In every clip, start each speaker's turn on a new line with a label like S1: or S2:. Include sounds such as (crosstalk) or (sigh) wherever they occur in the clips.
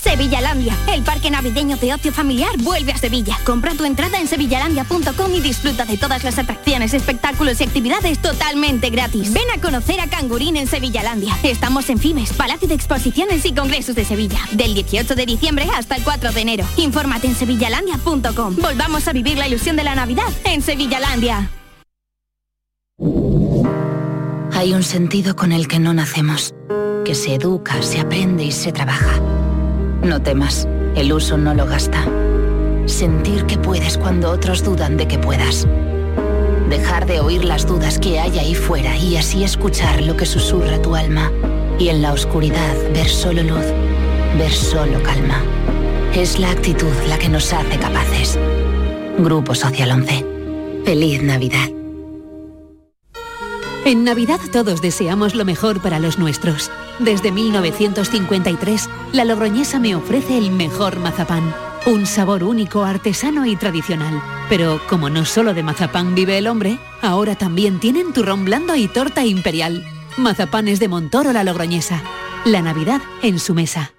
S1: Sevillalandia, el parque navideño de ocio familiar vuelve a Sevilla. Compra tu entrada en sevillalandia.com y disfruta de todas las atracciones, espectáculos y actividades totalmente gratis. Ven a conocer a Cangurín en Sevillalandia. Estamos en Fimes, Palacio de Exposiciones y Congresos de Sevilla, del 18 de diciembre hasta el 4 de enero. Infórmate en sevillalandia.com. Volvamos a vivir la ilusión de la Navidad en Sevillalandia.
S2: Hay un sentido con el que no nacemos, que se educa, se aprende y se trabaja. No temas, el uso no lo gasta. Sentir que puedes cuando otros dudan de que puedas. Dejar de oír las dudas que hay ahí fuera y así escuchar lo que susurra tu alma. Y en la oscuridad ver solo luz, ver solo calma. Es la actitud la que nos hace capaces. Grupo Social 11. Feliz Navidad.
S3: En Navidad todos deseamos lo mejor para los nuestros. Desde 1953, la Logroñesa me ofrece el mejor mazapán. Un sabor único, artesano y tradicional. Pero como no solo de mazapán vive el hombre, ahora también tienen turrón blando y torta imperial. Mazapanes de Montoro la Logroñesa. La Navidad en su mesa.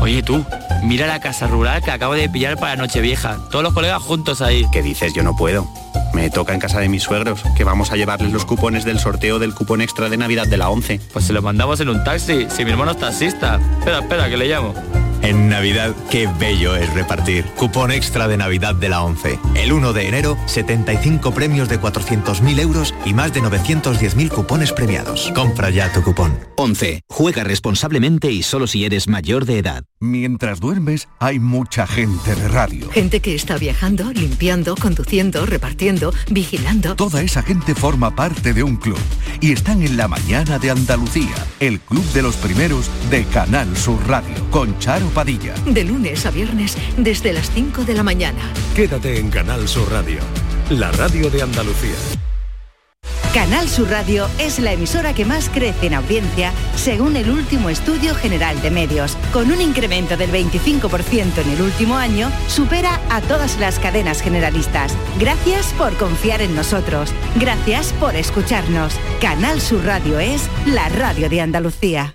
S4: Oye tú, mira la casa rural que acabo de pillar para Nochevieja. Todos los colegas juntos ahí.
S5: ¿Qué dices? Yo no puedo. Me toca en casa de mis suegros, que vamos a llevarles los cupones del sorteo del cupón extra de Navidad de la 11.
S4: Pues se lo mandamos en un taxi, si mi hermano es taxista. Espera, espera, que le llamo.
S6: En Navidad, qué bello es repartir. Cupón extra de Navidad de la 11. El 1 de enero, 75 premios de 400.000 euros y más de 910.000 cupones premiados. Compra ya tu cupón.
S7: 11. Juega responsablemente y solo si eres mayor de edad.
S8: Mientras duermes, hay mucha gente de radio.
S9: Gente que está viajando, limpiando, conduciendo, repartiendo, vigilando.
S8: Toda esa gente forma parte de un club y están en la mañana de Andalucía, el club de los primeros de Canal Sur Radio, con Charo Padilla.
S9: De lunes a viernes desde las 5 de la mañana.
S10: Quédate en Canal Sur Radio, la radio de Andalucía.
S11: Canal Sur Radio es la emisora que más crece en audiencia según el último estudio general de medios. Con un incremento del 25% en el último año, supera a todas las cadenas generalistas. Gracias por confiar en nosotros. Gracias por escucharnos. Canal Sur Radio es la radio de Andalucía.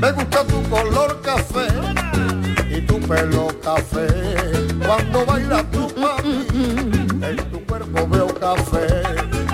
S12: Me gusta tu color café y tu pelo café. Cuando baila tu mami, en tu cuerpo veo café.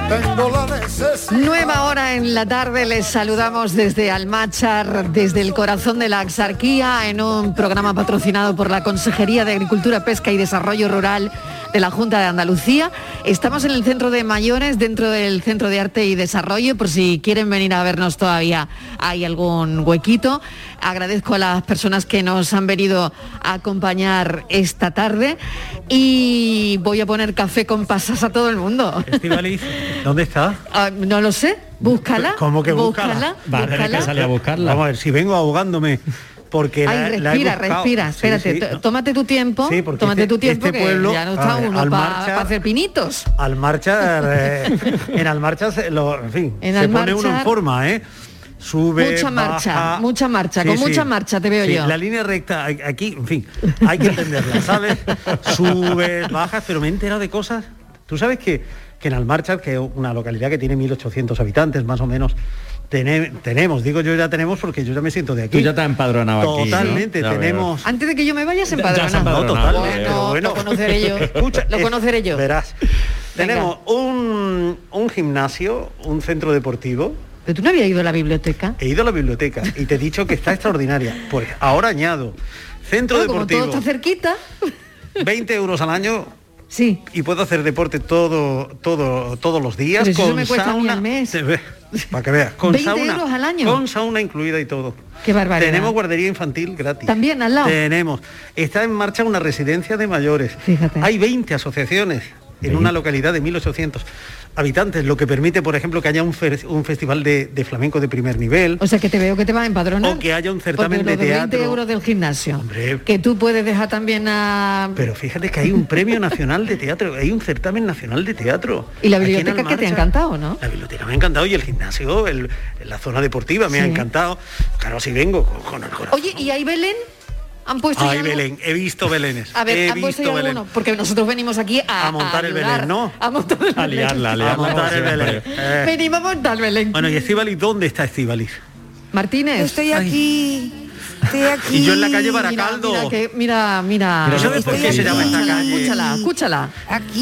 S12: Tengo la necesidad.
S13: Nueva hora en la tarde, les saludamos desde Almachar, desde el corazón de la Axarquía, en un programa patrocinado por la Consejería de Agricultura, Pesca y Desarrollo Rural de la Junta de Andalucía. Estamos en el Centro de Mayores, dentro del Centro de Arte y Desarrollo, por si quieren venir a vernos todavía hay algún huequito. Agradezco a las personas que nos han venido a acompañar esta tarde y voy a poner café con pasas a todo el mundo.
S14: Estivaliz, ¿dónde está?
S13: Ah, no lo sé, búscala.
S14: ¿Cómo que búscala?
S13: Búscala,
S14: Va a tener
S13: búscala.
S14: que salir a buscarla. Vamos a ver, si vengo ahogándome
S6: porque la-
S13: Ay,
S6: la he
S13: respira,
S6: buscado.
S13: respira,
S6: Sí,
S13: espérate,
S6: sí,
S13: t-
S6: no.
S13: tómate tu tiempo,
S6: Sí, porque
S13: tómate
S6: este-
S13: tu tiempo
S6: este
S13: que
S6: pueblo,
S13: ya no está
S6: a ver,
S13: uno
S6: al
S13: para
S6: marcha-
S13: hacer pinitos.
S6: Al marchar,
S13: (laughs)
S6: eh, en al marcha, se lo- en fin,
S13: En
S6: se
S13: al
S6: pone uno en
S13: marchar-
S6: forma, ¿eh? Sube,
S13: mucha marcha,
S6: baja.
S13: mucha marcha,
S6: Sí,
S13: con
S6: sí.
S13: mucha marcha te veo
S6: Sí,
S13: yo.
S6: La línea recta a- aquí, en fin, hay que entenderla, ¿sabes? Subes, bajas, pero me he enterado de cosas. Tú sabes que, que en Almarchar, que es una localidad que tiene 1.800 habitantes, más o menos, tene- tenemos, digo yo ya tenemos porque yo ya me siento de aquí.
S4: Tú ya te has empadronado aquí.
S6: Totalmente,
S4: ¿no? Ya veo.
S6: tenemos
S13: Antes de que yo me vaya se
S6: ya
S13: empadrona.
S6: se ha
S13: Bueno,
S6: empadronado, vale, pero bueno.
S13: lo conoceré yo.
S6: Escucha,
S13: lo
S6: es-
S13: conoceré yo.
S6: Verás. Tenemos un, un gimnasio, un centro deportivo.
S13: Pero tú no habías ido a la biblioteca.
S6: He ido a la biblioteca y te he dicho que está extraordinaria. Pues ahora añado. Centro
S13: Claro, como todo
S6: deportivo.
S13: está cerquita.
S6: 20 euros al año.
S13: Sí.
S6: Y puedo hacer deporte todo, todo, todos los días.
S13: Pero si
S6: con
S13: eso me cuesta a mí
S6: sauna.
S13: al mes.
S6: Te ve- Para que veas. Con
S13: 20
S6: sauna.
S13: euros al año.
S6: Con sauna incluida y todo.
S13: Qué barbaridad.
S6: Tenemos guardería infantil gratis.
S13: También al lado.
S6: Tenemos. Está en marcha una residencia de mayores. Hay 20 asociaciones en una localidad de 1.800 habitantes, lo que permite, por ejemplo, que haya un, fer- un festival de, de flamenco de primer nivel.
S13: O sea que te veo que te vas a empadronar.
S6: O que haya un certamen
S13: Porque
S6: de
S13: lo 20
S6: teatro.
S13: euros del gimnasio.
S6: Hombre.
S13: Que tú puedes dejar también a...
S6: Pero fíjate que hay un premio nacional de teatro, hay un certamen nacional de teatro.
S13: Y la
S6: Aquí en
S13: biblioteca que te ha
S6: Almarcha,
S13: encantado, ¿no?
S6: La biblioteca me ha encantado y el gimnasio, el- la zona deportiva me ha
S13: Sí.
S6: encantado. Claro, si vengo con, con el corazón.
S13: Oye, ¿y ahí Belén? ¿Han puesto ahí
S6: Ay,
S13: algo?
S6: Belén, he visto Belénes.
S13: A ver,
S6: he
S13: ¿han puesto ahí
S6: visto
S13: alguno? Porque nosotros venimos aquí a,
S6: A montar el
S13: ayudar,
S6: Belén, ¿no?
S13: A montar el
S6: A
S13: Belén.
S6: liarla, a liarla. montar el Belén. Eh,
S13: Venimos a montar el Belén.
S6: Bueno, y Estivali, ¿dónde está Estivali?
S13: Martínez. estoy
S15: aquí. Estoy aquí.
S6: Y yo en la calle Baracaldo.
S13: Mira, que- mira,
S15: Ah,
S13: mira.
S6: ¿Pero sabes por qué se llama esta calle?
S13: Escúchala, escúchala.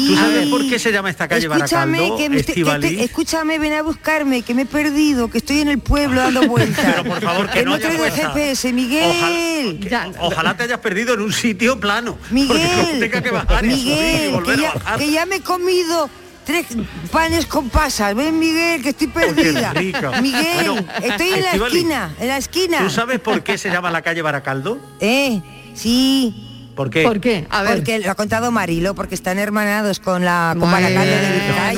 S6: ¿Tú sabes por qué se llama esta calle
S15: Escúchame,
S6: Baracaldo,
S15: que me estoy- que
S6: Estivali?
S15: estoy- escúchame, ven a buscarme, que me he perdido, que estoy en el pueblo dando vueltas.
S6: (laughs) Pero por favor, que no
S15: no
S6: haya
S15: traigo el
S6: vuelta.
S15: GPS, Miguel.
S6: Ojalá te hayas perdido en un sitio plano. Porque
S15: Miguel,
S6: no tenga que bajar y subir y
S15: Miguel,
S6: volver
S15: que
S6: a
S15: ya,
S6: bajar.
S15: que ya me he comido tres panes con pasas. Ven, Miguel, que estoy perdida.
S6: rico.
S15: Miguel,
S6: Bueno,
S15: estoy en la
S6: Estíbaliz,
S15: esquina, en la esquina.
S6: ¿Tú sabes por qué se llama la calle Baracaldo?
S15: Eh, sí.
S6: ¿Por qué?
S13: qué? A
S15: ver. Porque lo ha contado Marilo, porque están hermanados con la con Baracaldo
S6: Eh,
S15: de Vizcaya. Ah,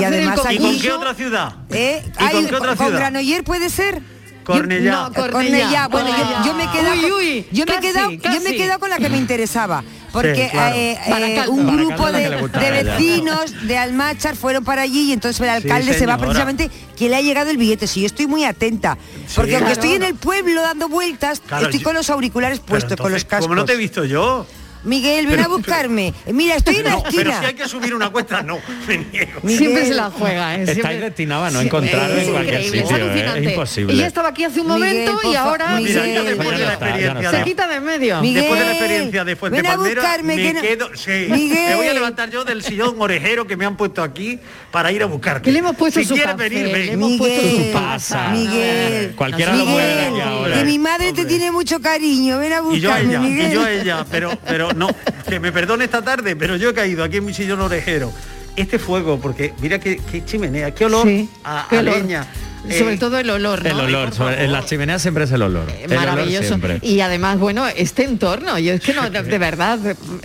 S15: y además
S6: ¿Y con
S15: allí-
S6: qué otra ciudad?
S15: ¿Eh?
S6: ¿Y
S15: Ay,
S6: con qué otra ciudad?
S15: Granoller puede ser?
S6: Cornellá.
S15: Yo-
S6: No,
S15: Cornellá.
S6: Cornellá.
S15: Bueno, yo, yo me he quedado
S13: Uy,
S15: con-
S13: uy,
S15: yo me he
S13: casi,
S15: quedado- yo me he
S13: casi.
S15: quedado con la que me interesaba. Porque
S13: Sí, claro.
S15: eh, eh,
S13: Baracaldo.
S15: un
S13: Baracaldo
S15: grupo
S13: es la
S15: de,
S13: que le gusta
S15: de
S13: a ella.
S15: vecinos de Almáchar fueron para allí y entonces el alcalde se va
S13: señora.
S15: precisamente que le ha llegado el billete. Si yo estoy muy atenta. Porque aunque
S6: Claro.
S15: estoy en el pueblo dando vueltas,
S6: Claro,
S15: estoy
S6: yo-
S15: con los auriculares puestos, pues, con los cascos.
S6: Como no te he visto yo.
S15: Miguel, ven
S6: Pero-
S15: a buscarme. Mira, estoy en la
S6: No, pero
S15: esquina.
S6: si hay que subir una cuesta, no. Me niego.
S13: Siempre se la juega, ¿eh?
S4: Estáis
S13: Siempre-
S4: destinados a no
S13: Sí,
S4: encontrarlo
S13: es
S4: en cualquier
S13: increíble, es
S4: sitio, ¿eh?
S13: alucinante.
S4: Es imposible. Pues
S13: Ella estaba aquí hace un momento
S15: Miguel, por
S13: y
S15: fa-
S13: ahora
S15: Miguel.
S6: Mira, yo después de la experiencia
S13: se
S6: de-
S13: quita de en medio.
S6: Después de la experiencia de Fuente
S15: ven a
S6: Palmera,
S15: buscarme, que
S6: me
S15: no-
S6: quedo, sí,
S15: Miguel.
S6: me voy a levantar yo del sillón orejero que me han puesto aquí para ir a buscarte.
S13: Que le hemos puesto
S6: si
S13: su
S6: quieres
S13: café,
S6: venir,
S13: le
S6: ven.
S13: hemos puesto su
S15: Miguel,
S6: pasa.
S15: Miguel,
S6: Cualquiera lo
S15: Miguel,
S6: puede ver ahora.
S15: que mi madre te tiene mucho cariño, ven a
S6: Y yo a
S15: buscarme,
S6: ella,
S15: Miguel.
S6: y yo a ella, pero, pero no, que me perdone esta tarde, pero yo he caído aquí en mi sillón orejero. Este fuego, porque mira qué, qué chimenea, qué olor
S13: Sí,
S6: a,
S13: qué
S6: a
S13: olor.
S6: leña. Ah, Eh,
S13: Sobre todo el olor, ¿no?
S4: El olor, sobre- en las chimeneas siempre es el olor. El olor
S13: Eh, Maravilloso.
S4: siempre.
S13: Y además, bueno, este entorno, yo es que no, de verdad,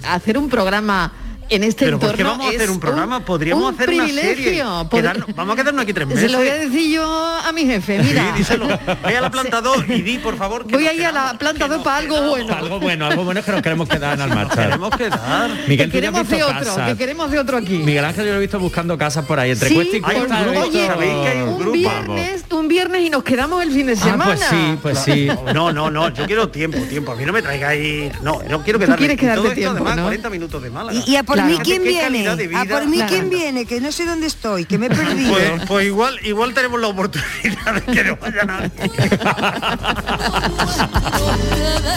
S13: hacer un programa en este
S6: pero ¿por qué
S13: entorno
S6: vamos a hacer
S13: es
S6: un programa? Podríamos
S13: un
S6: hacer una serie.
S13: privilegio. Pod-
S6: Quedarnos- vamos a quedarnos aquí tres meses.
S13: Se lo voy a decir yo a mi jefe, mira.
S15: (laughs)
S6: Ve a la planta 2 y di, por favor,
S15: Ah,
S6: que
S13: Voy a ir a la planta 2 para algo bueno.
S4: Algo bueno, algo bueno es que (laughs) nos queremos quedar en Almarchar.
S6: queremos quedar.
S4: Miguel,
S13: que
S4: tú ya has
S13: queremos de
S4: visto
S13: otro,
S4: casas.
S13: que queremos de otro aquí.
S4: Miguel Ángel yo lo he visto buscando casas por ahí, entre
S13: Sí,
S4: cuesta y
S13: por-
S4: cuesta. he visto-
S13: oye, un viernes, un viernes y nos quedamos el fin de
S4: Ah,
S13: semana.
S15: pues
S4: pues
S6: No, no, no, yo quiero tiempo, tiempo. A mí no me traigáis. No, yo quiero
S13: Tú
S6: quedarme.
S13: quieres
S6: y todo
S13: quedarte
S6: esto,
S13: tiempo,
S6: además,
S13: ¿no?
S6: 40 minutos de Málaga.
S15: Y, y a por mí quién
S6: Qué
S15: viene,
S6: calidad de vida.
S15: a por mí quién viene, que no sé dónde estoy, que me
S6: (laughs)
S15: he perdido.
S6: Pues, pues igual, igual tenemos la oportunidad de que no vaya nadie.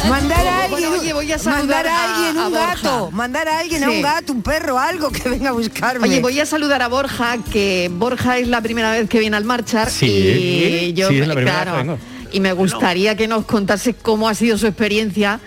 S15: Mandar a
S13: Ah, Bueno,
S15: alguien,
S13: oye, voy a saludar
S15: mandar a alguien
S13: a
S15: un
S13: Borja.
S15: gato, mandar a alguien a
S13: Sí.
S15: un gato, un perro, algo que venga a buscarme.
S13: Oye, voy a saludar a Borja, que Borja es la primera vez que viene al marchar
S15: Sí,
S13: y yo
S15: sí, es la primera
S13: claro,
S15: vez que vengo.
S13: y me gustaría que nos contase cómo ha sido su experiencia.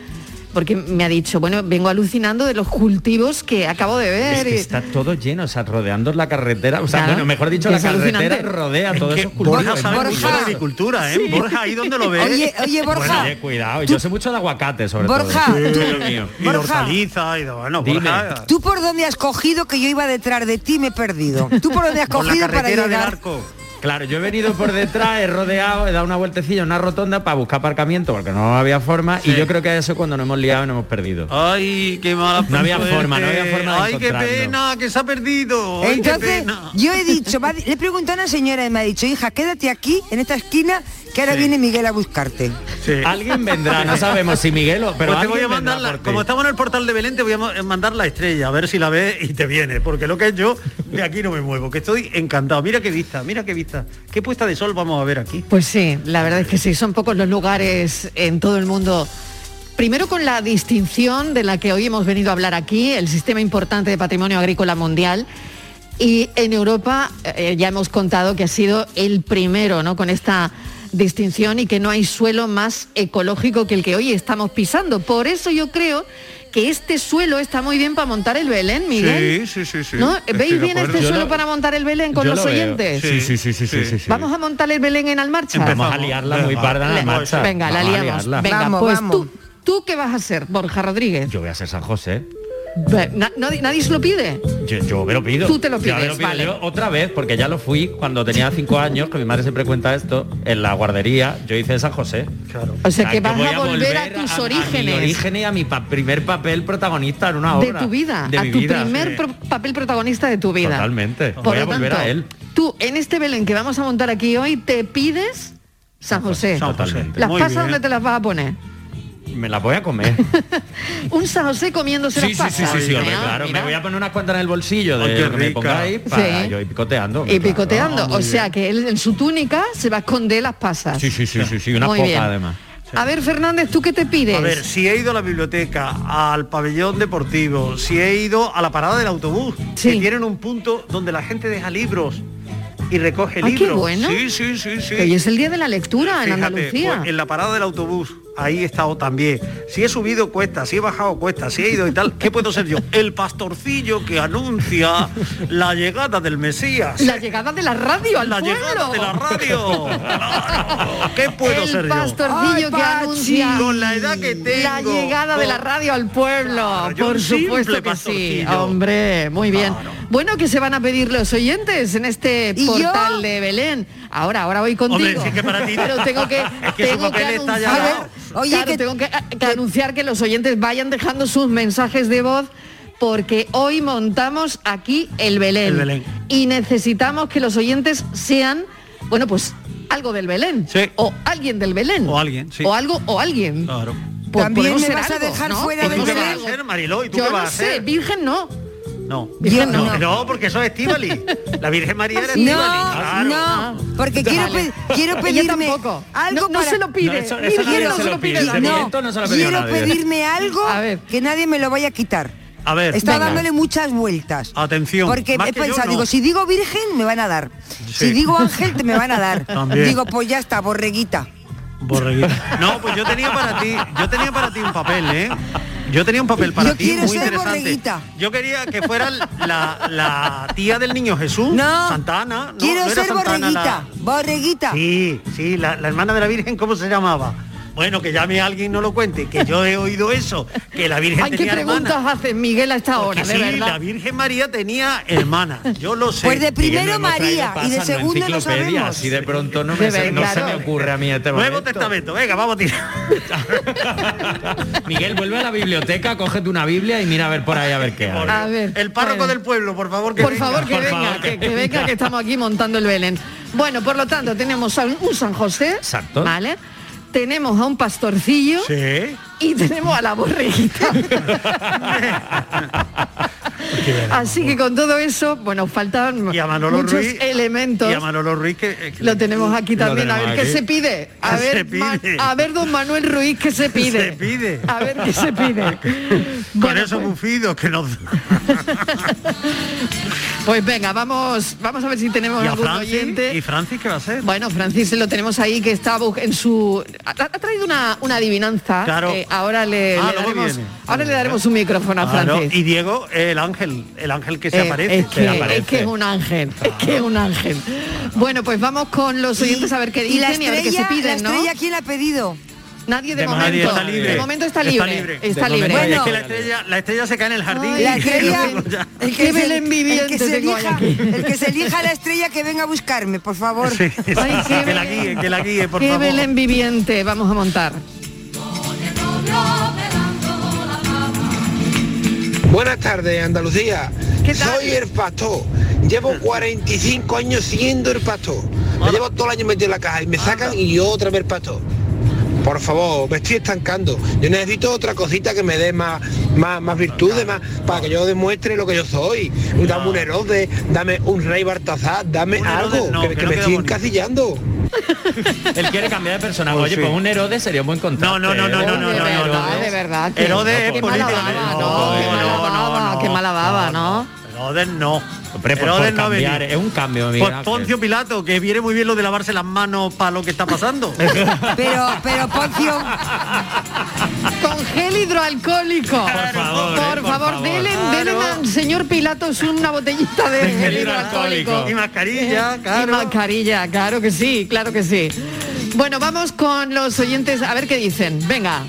S13: Porque me ha dicho, bueno, vengo alucinando de los cultivos que acabo de
S4: Es
S13: ver.
S4: que
S13: y-
S4: está todo lleno, o sea, rodeando la carretera, o sea,
S13: Claro,
S4: bueno, mejor dicho,
S13: que
S4: la
S13: es alucinante.
S4: carretera rodea
S13: Es
S4: todos
S13: que
S4: esos cultivos.
S13: Borja sabe
S4: Bueno,
S13: mucho de
S6: agricultura, ¿eh? Borja, ahí donde lo ves.
S15: Oye, oye, Borja,
S4: Bueno, oye, cuidado, yo sé mucho de aguacate, sobre
S15: Borja,
S4: todo.
S15: Sí, tú-
S4: Dios mío.
S6: Y de hortaliza, y de, bueno,
S4: Dime.
S6: Borja. eh.
S15: ¿Tú por dónde has cogido que yo iba detrás de ti y me he perdido? ¿Tú por dónde has
S6: Por la
S15: cogido para
S6: carretera del
S15: llegar?
S6: arco.
S4: Claro, yo he venido por detrás, he rodeado, he dado una vueltecilla, una rotonda para buscar aparcamiento porque no había forma y yo creo que eso es cuando nos hemos liado y nos hemos perdido.
S6: Oh. Ay, qué mala
S4: No había forma, no había forma de
S6: Ay, qué
S4: encontrarlo.
S6: pena, que se ha perdido. Ay, qué
S15: Entonces,
S6: pena.
S15: yo he dicho, va- le pregunto a una señora y me ha dicho, hija, quédate aquí, en esta esquina, que ahora
S4: Sí.
S15: viene Miguel a buscarte.
S4: Alguien
S6: (laughs)
S4: vendrá, no sabemos si Miguel o pero
S6: Pues te voy a
S4: alguien vendrá
S6: mandar, la-
S4: por ti.
S6: como estamos en el portal de Belén, te voy a ma- mandar la estrella, a ver si la ves y te viene, porque lo que es yo, de aquí no me muevo, que estoy encantado. Mira qué vista, mira qué vista, qué puesta de sol vamos a ver aquí.
S13: Pues sí, la verdad es que sí, son pocos los lugares en todo el mundo. Primero con la distinción de la que hoy hemos venido a hablar aquí, el sistema importante de patrimonio agrícola mundial. Y en Europa eh, ya hemos contado que ha sido el primero ¿no? con esta distinción y que no hay suelo más ecológico que el que hoy estamos pisando. Por eso yo creo que este suelo está muy bien para montar el Belén, Miguel.
S6: Sí, sí, sí, sí.
S13: ¿No?
S6: Estoy
S13: ¿Veis
S6: de
S13: bien
S6: acuerdo.
S13: este
S6: Yo
S13: suelo
S6: lo-
S13: para montar el Belén con
S4: Yo
S13: los
S4: lo veo.
S13: oyentes?
S4: Sí, sí, sí, sí, sí, sí, sí.
S13: Vamos a montar el Belén en Almarcha.
S4: Vamos a liarla muy parda en la marcha.
S13: Venga, la
S4: Vamos a
S13: liamos.
S4: liarla.
S13: Venga,
S4: Vamos,
S13: pues
S4: vamos.
S13: tú, ¿tú qué vas a hacer, Borja Rodríguez?
S4: Yo voy a ser San José.
S13: Ve- na- nadie, nadie se lo pide.
S4: Yo, yo me lo pido.
S13: Tú te lo
S4: Yo me
S13: pides,
S4: lo pido.
S13: vale.
S4: Yo otra vez, porque ya lo fui cuando tenía cinco años, que mi madre siempre cuenta esto, en la guardería, yo hice San José.
S13: O sea, que vas
S4: voy
S13: a volver a tus
S4: Mi
S13: orígenes
S4: origen y a mi pa- primer papel protagonista en una obra.
S13: de tu vida,
S4: De
S13: a
S4: mi
S13: tu
S4: vida.
S13: primer
S4: Sí.
S13: pro- papel protagonista de tu vida.
S4: Totalmente. voy a
S13: lo
S4: volver
S13: tanto,
S4: a él.
S13: Tú, en este Belén que vamos a montar aquí hoy, te pides San José.
S4: Totalmente.
S13: ¿Las
S4: Muy
S13: pasas
S4: bien.
S13: dónde te las vas a poner?
S4: Me la voy a
S13: (laughs)
S4: comer.
S13: Un San José comiéndose
S4: Sí, sí,
S13: las
S4: sí,
S13: pasas.
S4: sí, sí, hombre,
S13: Ah,
S4: claro.
S13: mira.
S4: Me voy a poner unas cuantas en el bolsillo de
S6: Ay, qué
S4: lo que me
S6: rica.
S4: pongáis para
S13: Sí.
S4: yo ir picoteando.
S13: Y
S4: hombre, claro. Ah,
S13: picoteando,
S4: Muy
S13: o
S4: bien.
S13: sea que él en su túnica se va a esconder las pasas.
S4: Sí, sí, sí, sí, sí, una
S13: Muy
S4: poca
S13: bien.
S4: además.
S13: A ver, Fernández, ¿tú qué te pides?
S6: A ver, si he ido a la biblioteca, al pabellón deportivo, si he ido a la parada del autobús, que tienen un punto donde la gente deja libros y recoge
S13: Ay, Ah, qué
S6: libros.
S13: bueno.
S6: Sí, sí, sí, sí.
S13: Que Hoy es el día de la lectura Ah, en
S6: Fíjate,
S13: Andalucía.
S6: pues, en la parada del autobús, ahí he estado también. Si he subido cuesta, si he bajado cuesta, si he ido y tal, ¿qué puedo ser yo? El pastorcillo que anuncia la llegada del Mesías.
S13: La llegada de la radio al
S6: La
S13: pueblo.
S6: llegada de
S13: (laughs)
S6: la radio. ¿Qué puedo
S13: el
S6: ser yo?
S13: pastorcillo
S6: Ay,
S13: que
S6: Pachi,
S13: anuncia
S6: Con la edad que tengo.
S13: la llegada de la radio al pueblo.
S6: yo
S13: por
S6: un simple
S13: supuesto que sí,
S6: pastorcillo.
S13: hombre, muy bien. Bueno, que se van a pedir los oyentes en este
S15: ¿Y yo?
S13: portal de Belén. Ahora, ahora voy contigo.
S6: Hombre, sí que para ti-
S13: Pero tengo que,
S6: Es que su
S13: tengo
S6: papel está
S13: anunciar,
S6: ya dado.
S13: Oye, que tengo que, que anunciar que los oyentes vayan dejando sus mensajes de voz. Porque hoy montamos aquí el Belén.
S6: El Belén.
S13: Y necesitamos que los oyentes sean, bueno, pues algo del Belén. O alguien del Belén. O
S6: alguien, sí.
S13: O algo, o alguien.
S6: Claro.
S13: Pues
S6: También
S13: podemos
S6: me
S13: ser
S6: vas a
S13: algo,
S6: dejar
S13: ¿no? Pues
S6: fuera del
S13: Podemos ser
S6: Belén.
S13: algo.
S6: ¿Qué vas a hacer, Mariló? ¿Y tú
S13: ¿eh? Yo
S6: qué vas
S13: no
S6: a
S13: sé,
S6: hacer?
S13: virgen no.
S6: No,
S13: Virgen
S6: no,
S13: no.
S6: no, porque eso es Estivali. La Virgen María era
S13: No,
S6: Estivali. claro.
S13: no,
S15: porque quiero pe- quiero
S13: Ella
S15: pedirme
S13: tampoco.
S15: algo
S13: No, no
S15: para-
S13: se lo pide.
S15: No, eso- eso
S13: Virgen
S15: nadie
S13: no
S15: se lo pide.
S13: nadie.
S15: No, quiero
S6: nadie.
S15: pedirme algo que nadie me lo vaya a quitar.
S6: A ver.
S15: Está
S6: venga.
S15: dándole muchas vueltas.
S6: Atención.
S15: Porque
S6: más
S15: he
S6: que yo,
S15: pensado,
S6: no.
S15: digo, si digo virgen, me van a dar. Si digo ángel, te me van a dar.
S6: También.
S15: Digo, pues ya está, borreguita.
S6: Borreguita. (laughs) No, pues yo tenía para ti, yo tenía para ti un papel, ¿eh? Yo tenía un papel para
S15: Yo
S6: ti
S15: quiero
S6: muy
S15: ser
S6: interesante.
S15: borreguita.
S6: Yo quería que fuera la, la tía del niño Jesús,
S15: No.
S6: Santana. No,
S15: quiero
S6: no era
S15: ser
S6: Santana la-
S15: borreguita. Borreguita.
S6: Sí, sí, la, la hermana de la Virgen, ¿cómo se llamaba? Bueno, que llame a alguien y no lo cuente, que yo he oído eso, que la Virgen
S13: Ay, qué
S6: tenía hermana.
S13: preguntas haces Miguel a esta hora,
S6: Que
S13: de
S6: sí,
S13: verdad.
S6: la Virgen María tenía hermana, yo lo sé.
S15: Pues de primero María y de segundo no
S4: enciclopedia,
S15: sabemos.
S4: Así de pronto no, me se,
S15: Bebé,
S4: no se
S15: claro.
S4: me ocurre a mí este
S6: Nuevo
S4: momento.
S6: Testamento, venga, vamos a tirar.
S4: Miguel, vuelve a la biblioteca, cógete una Biblia y mira a ver por ahí a ver qué
S6: Ah.
S4: hay.
S13: A ver.
S6: El párroco del pueblo, por favor, que
S13: Por
S6: venga.
S13: favor, que venga, que, que venga, que estamos aquí montando el Belén. Bueno, por lo tanto, tenemos a un, un San José,
S4: Exacto.
S13: ¿vale? Tenemos a un pastorcillo
S6: Sí.
S13: y tenemos a la
S6: (laughs)
S13: borreguita. Así que con todo eso, bueno, faltan
S6: Y a Manolo
S13: muchos
S6: Ruiz.
S13: elementos.
S6: Y a Manolo Ruiz que, que-
S13: Lo tenemos aquí
S6: Lo
S13: también, a ver
S6: tenemos
S13: qué
S6: aquí.
S13: se pide. A
S6: ¿Qué
S13: ver,
S6: se pide?
S13: Ma- a ver, don Manuel Ruiz, ¿qué se pide?
S6: Se pide.
S13: A ver qué se pide.
S6: (laughs) Con esos bufidos que nos...
S13: Pues venga, vamos, vamos a ver si tenemos
S6: ¿Y a
S13: algún
S6: Francis?
S13: oyente.
S6: ¿Y Francis qué va a hacer?
S13: Bueno, Francis lo tenemos ahí que está bu- en su. Ha, ha traído una, una adivinanza.
S6: Claro.
S13: Eh, ahora le,
S6: Ah,
S13: le
S6: luego
S13: daremos,
S6: viene.
S13: ahora le daremos un micrófono a
S6: Ah, no,
S13: Francis.
S6: Y Diego, el ángel, el ángel que se
S13: Eh,
S6: aparece.
S13: es, que, es que es un ángel, es que es un ángel. Bueno, pues vamos con los oyentes a ver qué
S15: y
S13: dicen
S15: la
S13: y a ver qué se
S15: estrella,
S13: piden,
S15: la
S13: ¿no?
S15: estrella, ¿quién la ha pedido?
S13: Nadie de, momento.
S6: está libre.
S13: De momento está libre. Está libre.
S6: Bueno, es que la estrella, la estrella se cae en el jardín.
S13: Ay, la
S6: (laughs)
S13: estrella-
S6: el
S13: Qué Belén viviente
S15: el que se
S13: tengo hoy
S15: elija,
S13: aquí.
S15: el que se elija la estrella que venga a buscarme, por favor.
S6: que la guíe, que la guíe, por
S13: Qué
S6: favor.
S13: Belén viviente vamos a montar.
S16: Buenas tardes, Andalucía. Soy el pastor. Llevo 45 años siguiendo el pastor. Me llevo todo el año metido en la caja y me sacan y yo otra vez el pastor. Por favor, me estoy estancando. Yo necesito otra cosita que me dé más, más, más virtudes, más, para que yo demuestre lo que yo soy. Dame un Herodes, dame un rey Bartazar, dame algo, que, que me estoy encasillando.
S4: Él quiere cambiar de personaje. Oye, pues un Herodes sería un buen ¿eh? contraste.
S6: No, no, no, no, no, no, no, no, no.
S13: Ah, de verdad. que-
S6: Herodes es
S13: qué mala
S6: político.
S13: baba, Ah, no, qué mala baba, qué mala baba, ¿no?
S6: Herodes no.
S4: Hombre, pues por- por cambiar,
S6: venía.
S4: es un cambio, Miguel
S6: Pues
S4: Ángel.
S6: Poncio Pilato, que viene muy bien lo de lavarse las manos para lo que
S13: (laughs)
S6: está pasando. (laughs)
S15: pero, pero Poncio.
S13: Con gel hidroalcohólico. Por
S6: favor, eh,
S13: Por
S6: por
S13: favor,
S6: favor.
S13: denle, denle al señor Pilatos una botellita de
S6: De
S13: gel
S6: gel
S13: hidroalcohólico. Eh,
S6: hidroalcohólico. Y mascarilla, claro.
S13: Y mascarilla, claro que sí, claro que sí. Bueno, vamos con los oyentes a ver qué dicen. Venga,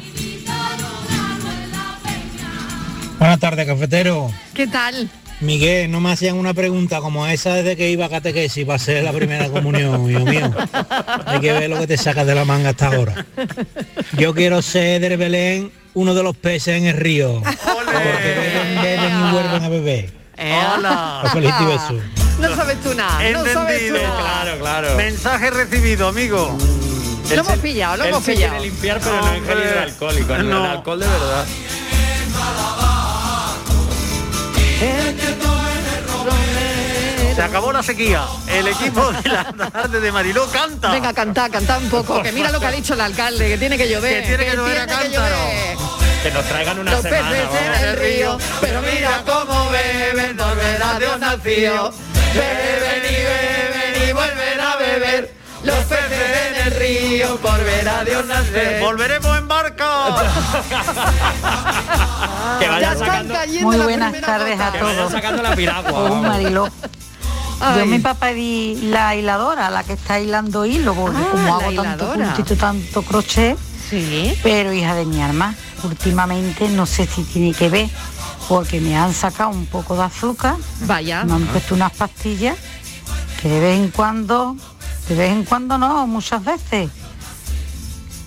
S17: Buenas tardes, cafetero.
S13: ¿qué tal?
S17: Miguel, no me hacían una pregunta como esa desde que iba a catequesis para hacer la primera comunión, (laughs) hijo mío. Hay que ver lo que te sacas de la manga hasta ahora. Yo quiero ser del Belén uno de los peces en el río. Porque beben,
S6: Eh,
S17: beben y vuelven a beber.
S6: Hola. Ah,
S17: Os felicito y beso.
S13: No sabes tú nada. No sabes tú
S6: Entendido.
S13: nada.
S6: Claro, claro. Mensaje recibido,
S4: Mm.
S6: amigo.
S13: Lo hemos pillado, lo hemos pillado.
S4: limpiar, pero no en gel hidroalcohólico, en
S6: No.
S4: el alcohol de verdad.
S6: Se acabó la sequía. El equipo de la tarde de Mariló canta.
S13: Venga, canta, canta un poco. Que mira lo que ha dicho el alcalde, que tiene que llover.
S6: Que tiene que llover a cántaro.
S4: Que nos traigan una
S13: Los
S4: semana.
S13: peces
S4: vamos.
S13: en el río, pero mira cómo beben, volver a Dios nacido. Beben y beben y vuelven a beber. Los peces en el río, por ver a Dios nacer.
S6: Volveremos
S4: (laughs)
S6: en barca.
S4: Que
S13: Ya
S4: vayan
S13: están
S4: sacando,
S13: cayendo
S11: Muy
S13: la
S11: buenas
S13: primera
S11: tardes
S13: gota.
S11: a
S4: que vayan
S11: todos.
S4: sacando la piragua.
S11: Oh,
S4: vamos.
S11: Mariló. Yo
S13: Ay.
S11: me papadí la hiladora, la que está hilando hilo, porque
S13: Ah,
S11: como hago
S13: la
S11: tanto
S13: hiladora.
S11: puntito, tanto crochet, pero hija de mi alma, últimamente no sé si tiene que ver, porque me han sacado un poco de azúcar,
S13: Vaya.
S11: me han puesto unas pastillas, que de vez en cuando, de vez en cuando no, muchas veces,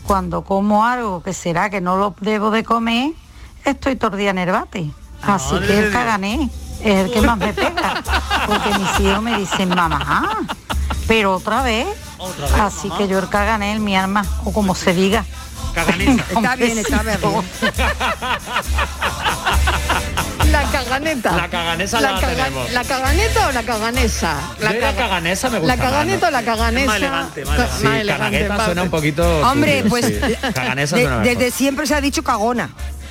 S11: cuando como algo que será que no lo debo de comer, estoy tordía en el bate. Así Madre que de el cagané es el que más me pega. Porque mis hijos me dicen, mamá, pero otra vez.
S15: vez,
S11: Así
S15: mamá.
S11: que yo el cagané en mi alma, o como se diga.
S15: Está bien, está bien.
S13: La caganeta.
S4: La caganesa la
S13: caga-
S4: tenemos.
S13: la caganeta o la caganesa?
S4: Yo diría
S13: caga-
S4: caganesa me gusta
S13: La
S4: más,
S13: caganeta o la caganesa.
S4: Más elegante, más
S13: Ca-
S4: elegante. Sí, caganeta
S13: va.
S4: suena un poquito
S15: Hombre,
S4: turbio,
S15: pues
S4: sí.
S15: (laughs) la-
S4: Caganesa
S15: de-
S4: suena mejor.
S15: desde siempre se ha dicho cagona.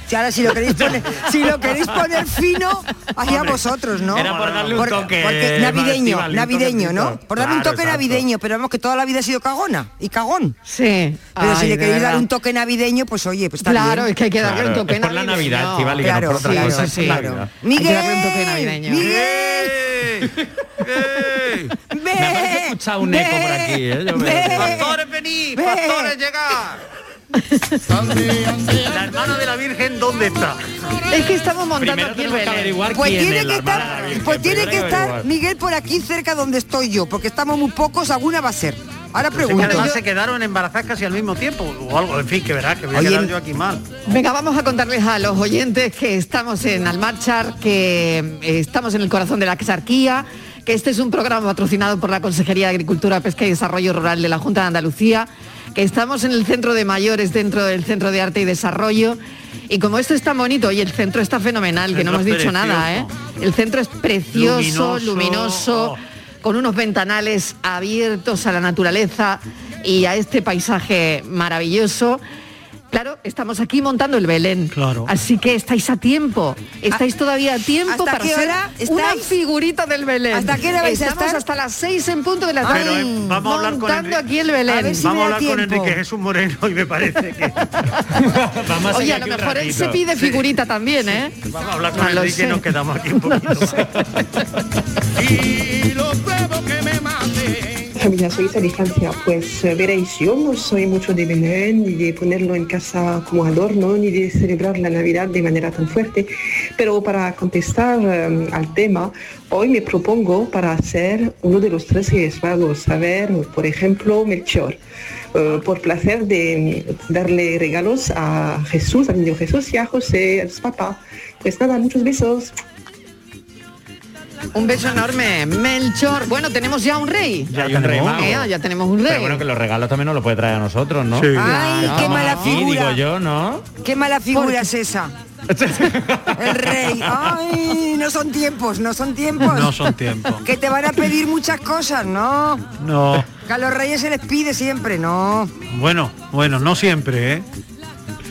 S15: Si ahora si lo queréis poner, si lo queréis poner fino, hacia
S4: Hombre,
S15: vosotros, ¿no?
S4: era por darle un toque,
S15: porque navideño,
S4: Maribel, un
S15: navideño, ¿no?
S4: toquecito.
S15: Por darle un
S4: Claro,
S15: toque
S4: exacto.
S15: navideño, pero vamos que toda la vida ha sido cagona y cagón.
S13: Sí.
S15: Pero si
S13: Ay,
S15: le
S13: de
S15: queréis dar
S13: verdad.
S15: un toque navideño, pues oye, pues está
S13: Claro,
S15: bien.
S13: es que hay que darle
S4: Claro,
S13: un toque
S4: es por la
S13: navideño.
S4: Navidad, Estivali, que no por otra cosa, es por Navidad.
S13: Hay que darle un toque
S15: Miguel,
S13: navideño.
S15: Miguel,
S4: Me parece escuchar un eco por aquí, ¿eh? Yo me-
S6: Pastores, venid, pastores, llegad. La hermana de la Virgen, ¿dónde está?
S13: Es que estamos montando
S6: Primero
S13: aquí el
S6: tenemos que
S13: Belén.
S6: averiguar
S15: Pues
S6: quién
S15: tiene
S6: es la
S15: que
S6: hermana de
S15: estar,
S6: la Virgen.
S15: pues tiene
S6: Primero
S15: que
S6: hay
S15: estar
S6: averiguar.
S15: Miguel por aquí cerca donde estoy yo, porque estamos muy pocos, alguna va a ser. Ahora
S6: Pero sé que
S15: pregunto.
S6: además se quedaron embarazadas casi al mismo tiempo o algo, en fin, que verás que voy a
S15: Oye,
S6: quedar yo aquí mal.
S13: Venga, vamos a contarles a los oyentes que estamos en Almarchar, que eh, estamos en el corazón de la exarquía, que este es un programa patrocinado por la Consejería de Agricultura, Pesca y Desarrollo Rural de la Junta de Andalucía, que estamos en el Centro de Mayores dentro del Centro de Arte y Desarrollo. Y como esto es tan bonito, y el centro está fenomenal, que no hemos
S18: Centro
S13: dicho nada, ¿eh?
S18: precioso.
S13: El centro es precioso,
S18: Luminoso.
S13: luminoso con unos ventanales abiertos a la naturaleza y a este paisaje maravilloso. Claro, estamos aquí montando el Belén. Claro. Así que estáis a tiempo. Estáis todavía a tiempo
S15: Ah, ¿Hasta
S13: para
S15: qué
S13: ser
S15: hora
S13: una
S15: estáis?
S13: figurita del Belén.
S15: ¿Hasta qué hora vais a
S13: Estamos
S15: estar?
S13: hasta las seis en punto de la tarde
S6: Pero eh, vamos a hablar con
S13: montando
S6: Enrique.
S13: aquí el Belén.
S6: vamos a hablar con Enrique Jesús Moreno (laughs) y me parece que vamos
S13: Oye, a
S6: seguir
S13: lo
S6: aquí un
S13: mejor él se
S6: ratito.
S13: pide
S6: Sí.
S13: figurita también, ¿eh?
S6: Vamos a hablar
S13: No
S6: con
S13: lo
S6: Enrique
S13: sé.
S6: y nos quedamos aquí un poquito. más.
S13: Y lo pruebo que me mate.
S19: (laughs) familia suiza de Francia, pues eh, veréis, yo no soy mucho de Belén, ni de ponerlo en casa como adorno, ni de celebrar la Navidad de manera tan fuerte, pero para contestar eh, al tema, hoy me propongo para hacer uno de los tres magos, a ver, por ejemplo, Melchor. Eh, por placer de mm, darle regalos a Jesús, al niño Jesús y a José, a su papá. Pues nada, muchos besos.
S13: Un beso enorme, Melchor. Bueno, tenemos ya un rey.
S4: Ya hay un rey mago.
S13: Eh, ya tenemos un
S4: Pero
S13: rey.
S4: bueno, que los regalos también nos los puede traer a nosotros, ¿no?
S13: Sí. Ay,
S6: Ah,
S4: Claro,
S13: qué mala
S4: aquí,
S13: figura.
S4: digo yo, ¿no?
S15: Qué mala figura es
S6: (laughs)
S15: esa. El rey. Ay, no son tiempos, no son
S13: Pues
S15: tiempos.
S6: No son tiempos.
S15: Que te van a pedir muchas cosas, ¿no?
S6: No.
S15: Que a los reyes se les pide siempre, ¿no?
S6: Bueno, bueno, no siempre, ¿eh?